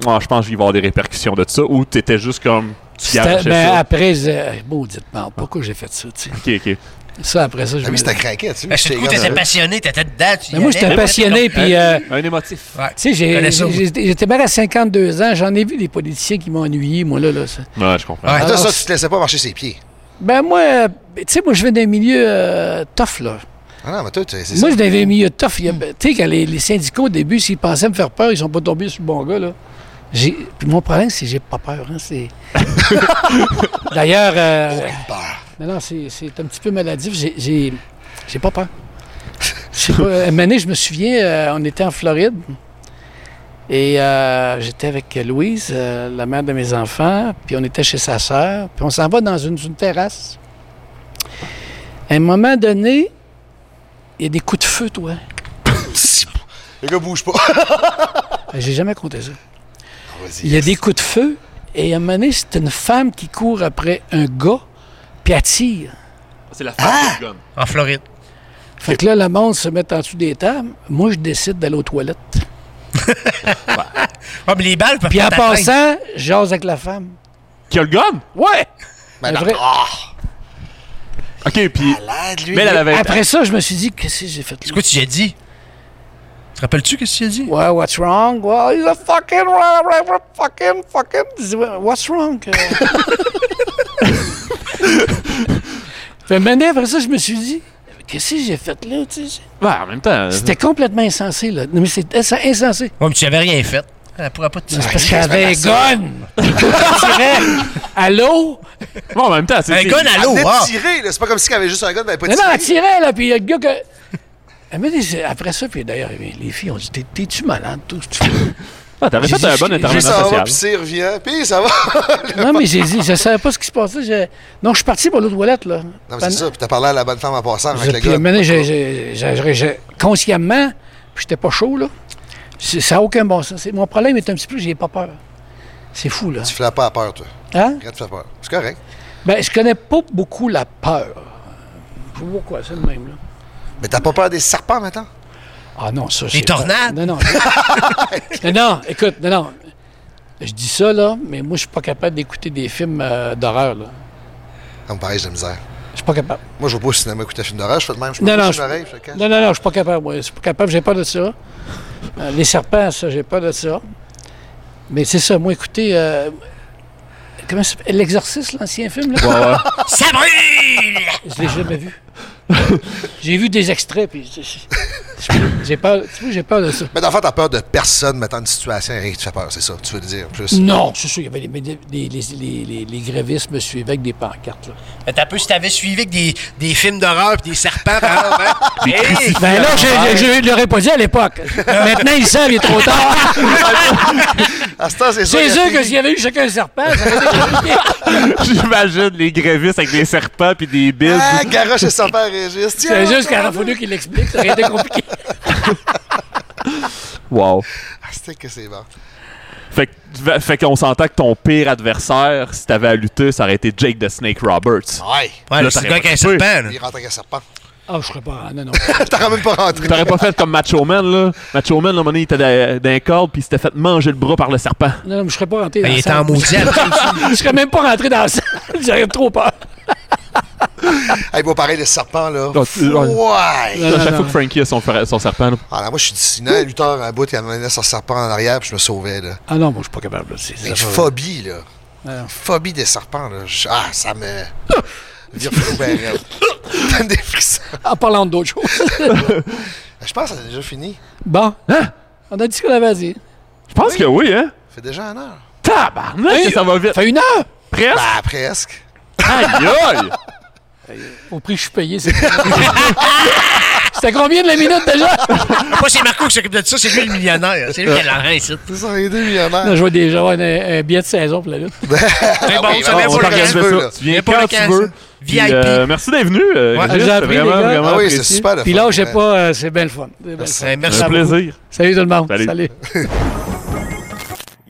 S13: ah, je pense qu'il va y avoir des répercussions de ça, ou t'étais juste comme, tu
S12: C'était-
S13: gâchais
S12: Ben,
S13: ça.
S12: après, je... Bon, dites-moi, pourquoi j'ai fait ça, tu sais.
S13: Ok, ok.
S12: Ça, après ça, je
S1: Ah
S12: me-
S1: oui, c'était craqué, tu
S3: Ben, c'est le coup, t'étais passionné, t'étais dedans. tu y
S12: Mais moi,
S3: allais.
S12: j'étais passionné, puis... euh,
S13: Un émotif.
S3: Ouais.
S12: Tu sais,
S3: Je
S12: j'ai-
S3: connais ça,
S12: j'ai-
S3: moi.
S12: j'ai- j'étais bien à 52 ans, j'en ai vu des politiciens qui m'ont ennuyé, moi, là. là ça.
S13: Ouais, je comprends.
S3: Ouais.
S1: Ah, toi, ça,
S12: Alors,
S1: tu te laissais pas marcher ses pieds.
S12: Ben, moi, euh, tu sais, moi, je viens d'un milieu euh, tough, là.
S1: Ah non, mais toi, tu- c'est ça.
S12: Moi, je viens d'un milieu tough. Il y a- ben, Tu sais, quand les, les syndicats, au début, s'ils pensaient me faire peur, ils sont pas tombés sur le bon gars, là. J'ai- Puis mon problème, c'est que j'ai pas peur, hein, c'est... D'ailleurs... euh, Non, non, c'est c'est un petit peu maladif. J'ai- J'ai j'ai pas peur. Je sais pas. Une année, je me souviens, euh, on était en Floride. Et euh, j'étais avec Louise, euh, la mère de mes enfants, puis on était chez sa sœur, puis on s'en va dans une, une terrasse. À un moment donné, il y a des coups de feu, toi.
S1: Le gars bouge pas.
S12: Ben, J'ai jamais compté ça.
S1: Vas-y.
S12: Il y a des coups de feu, et à un moment donné, c'est une femme qui court après un gars, puis elle tire.
S13: C'est la femme qui gun.
S3: En Floride.
S12: Fait que là, le monde se met en dessous des tables. Moi, je décide d'aller aux toilettes.
S3: Ah, mais les balles peuvent
S12: Puis en
S3: pas t'atteindre.
S12: passant, j'ose avec la femme.
S13: Ah! Qui a le gun?
S12: Ouais!
S13: Ben
S12: Un vrai-
S1: ah,
S13: Ok, puis.
S3: lui.
S13: Mais elle
S2: ben,
S13: avait.
S12: Après ça, je me suis dit, qu'est-ce que j'ai fait? C'est
S3: quoi tu as dit? Tu te rappelles-tu qu'est-ce que tu as dit?
S12: Ouais, what's wrong? Well, he's a fucking, fucking, fucking. Je dis, What's wrong? fait maintenant, après ça, je me suis dit, qu'est-ce que j'ai fait là? tu sais?
S13: Ouais, en même temps.
S12: C'était complètement insensé, là. Non, mais c'était insensé.
S3: Ouais, mais tu n'avais rien fait.
S12: Ah,
S3: Elle pourra pas te
S12: C'est
S3: tirer.
S12: parce qu'elle avait un
S3: C'est pas ça.
S12: gun! Allô?
S13: Bon, en même temps,
S3: Un gun à l'eau,
S1: Elle venait
S3: ah.
S1: de tirer, là. C'est pas comme si elle avait juste un gun, mais elle
S12: Mais
S1: avait
S12: non,
S1: pas
S12: elle
S1: tiré.
S12: tirait, là, puis le gars que... Elle m'a dit, c'est- après ça, puis d'ailleurs, les filles ont dit, T'es- t'es-tu malade, tout ce que tu fais?
S13: Ah, t'avais
S12: J'ai
S13: fait un
S12: dit,
S13: bon
S12: j'ai-
S13: intervention
S1: Ça va,
S13: sociale.
S1: puis s'il revient, puis ça va.
S12: Non, mais j'ai dit, je savais pas ce qui se passait. j'ai- Non, je suis parti pour l'autre toilette, là.
S1: Non, mais c'est ça. Puis t'as parlé à la bonne femme en passant avec
S12: Puis
S1: le gars.
S12: maintenant, j'ai- j'ai- j'ai- j'ai- j'ai- consciemment, puis j'étais pas chaud, là. C'est- Ça n'a aucun bon sens. C'est- Mon problème est un petit peu, j'ai pas peur. C'est fou, là.
S1: Tu flappes pas à peur, toi.
S12: Hein?
S1: Regarde, tu fais peur. C'est correct.
S12: Ben, je connais pas beaucoup la peur. Je sais pas pourquoi, c'est le même, là.
S1: Mais t'as pas peur des serpents, maintenant?
S12: Ah non, ça,
S3: Des
S12: c'est pas-
S3: tornades?
S12: Non, non. non, non, écoute, non, non. Je dis ça, là, mais moi, je suis pas capable d'écouter des films euh, d'horreur, là.
S1: Ça me paraît, j'ai de la misère.
S12: Je suis pas capable.
S1: Moi, je vais pas au cinéma écouter un film d'horreur. Je fais le même. Je peux
S12: Non,
S1: pas
S12: non,
S1: bouger
S12: je-
S1: l'oreille, je fais cache.
S12: Non, non, non, je suis pas capable. ouais. Je suis pas capable, j'ai peur de ça. Euh, les serpents, ça, j'ai peur de ça. Mais c'est ça, moi, écoutez, euh, comment ça s'appelle? L'Exorciste, l'ancien film, là?
S13: Ouais, ouais.
S3: Ça brûle!
S12: Je l'ai jamais vu. j'ai vu des extraits, puis je- je- je- j'ai peur, tu vois, j'ai peur de ça.
S1: Mais d'enfant, t'as peur de personne, mettant une situation, rien qui te fait peur, c'est ça. Tu veux le dire, en plus.
S12: Non, c'est sûr, il y avait les, les, les, les- les- les grévistes me suivaient avec des pancartes, là.
S3: Mais T'as peu si t'avais suivi avec des, des films d'horreur pis des serpents, par exemple, hein? Hey!
S12: Ben là, je- je je l'aurais pas dit à l'époque. Maintenant, ils savent, il est trop tard.
S1: À ce temps, c'est ça.
S12: C'est
S1: la
S12: sûr
S1: fille-
S12: que s'il y avait eu chacun un serpent, ça aurait été compliqué.
S13: J'imagine les grévistes avec des serpents puis des billes.
S1: Ah, Garoche et serpent Régis.
S12: C'est
S1: Tiens,
S12: juste qu'il aurait fallu qu'il l'explique, ça aurait été compliqué.
S13: Wow.
S1: Ah, c'était que c'est bon.
S13: Fait que- fait qu'on s'entend que ton pire adversaire, si t'avais à lutter, ça aurait été Jake the Snake Roberts.
S1: Ouais.
S3: Ouais,
S13: Là,
S3: c'est le gars
S13: t'aurais
S3: qui a un
S13: pas coupé.
S3: serpent, là.
S1: Il rentre avec un serpent.
S12: Ah, je serais pas. Non, non.
S1: T'aurais même pas rentré.
S13: T'aurais pas fait comme Macho Man, là. Macho Man, à un moment donné, il était dans- dans un corde puis il s'était fait manger le bras par le serpent.
S12: Non, non, mais je serais pas rentré dans
S3: Ben, il
S12: la
S3: était en
S12: salle.
S3: maudit après le film.
S12: Je serais même pas rentré dans la salle. J'aurais trop peur.
S1: Hey, bon, pareil, le serpent, là.
S13: Non, tu-
S1: Ouais.
S13: À
S12: non,
S13: chaque
S12: non.
S13: fois que Frankie a son, fer- son serpent, là.
S1: Alors, moi, je suis dissonant, un lutteur à bout, il amenait son serpent en arrière, puis je me sauvais, là.
S12: Ah non, moi, je suis pas capable. là. C'est-
S1: Mais
S12: ça
S1: une
S12: va-
S1: phobie, là.
S12: Ah non.
S1: Une phobie des serpents, là. Je- Ah, ça me. Vire fou, ben, raide. Ça me défrisse.
S12: En parlant d'autres choses.
S1: Je pense que c'est déjà fini.
S12: Bon. Hein? On a dit ce qu'on avait à dire.
S13: Je pense que oui, hein.
S1: Ça fait déjà un heure.
S13: Tabarnak,
S12: Hey,
S13: ça va vite.
S12: Fait une heure!
S13: Presque.
S1: Bah, presque.
S13: Aïe, aïe.
S12: Au prix que je suis payé, c'est. C'était combien de la minute déjà?
S3: Ah, Moi, c'est Marco qui s'occupe de ça, c'est lui le millionnaire. C'est lui qui a l'argent ici.
S1: Ils sont les deux millionnaires.
S12: Non, je vois déjà avoir un, un billet de saison pour la lutte.
S3: Mais bon,
S1: oui,
S3: ça
S1: bon, on
S3: vient
S13: Ah On
S3: pour le
S1: t'organise
S3: gars.
S13: t'organisait
S1: veux,
S13: ça.
S1: là.
S13: Tu viens
S3: Mais pas hein.
S13: quand
S3: le
S13: tu
S3: camp,
S13: veux.
S3: ça.
S13: Puis,
S3: VIP.
S13: euh, merci d'être venu. euh,
S3: Ouais,
S13: Régis,
S12: j'ai
S13: c'est
S12: appris, les
S13: vraiment,
S12: gars.
S13: vraiment
S1: Ah oui, c'est
S13: apprécié.
S1: super le
S12: Puis
S1: fun,
S12: là, j'ai
S1: ouais.
S12: pas. euh, c'est bien le fun. C'est bien le fun.
S3: Ben, Merci.
S13: Un plaisir.
S12: Salut tout le monde.
S13: Salut.
S12: Salut.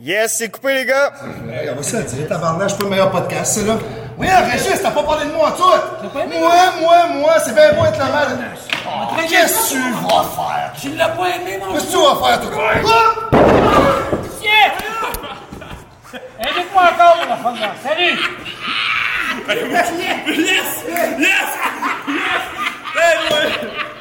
S9: Yes, c'est coupé, les gars!
S1: Hey, on va se le dire, tabarnak, je suis pas le meilleur podcast, c'est là. Oui, Régis, t'as pas parlé de moi en tout! Moi, moi, moi, c'est bien beau être la merde. Qu'est-ce que tu vas faire? Tu l'as pas aimé, non? Qu'est-ce que tu vas faire, toi? Quoi?
S11: Yes! Yes! Yes! Hey, moi,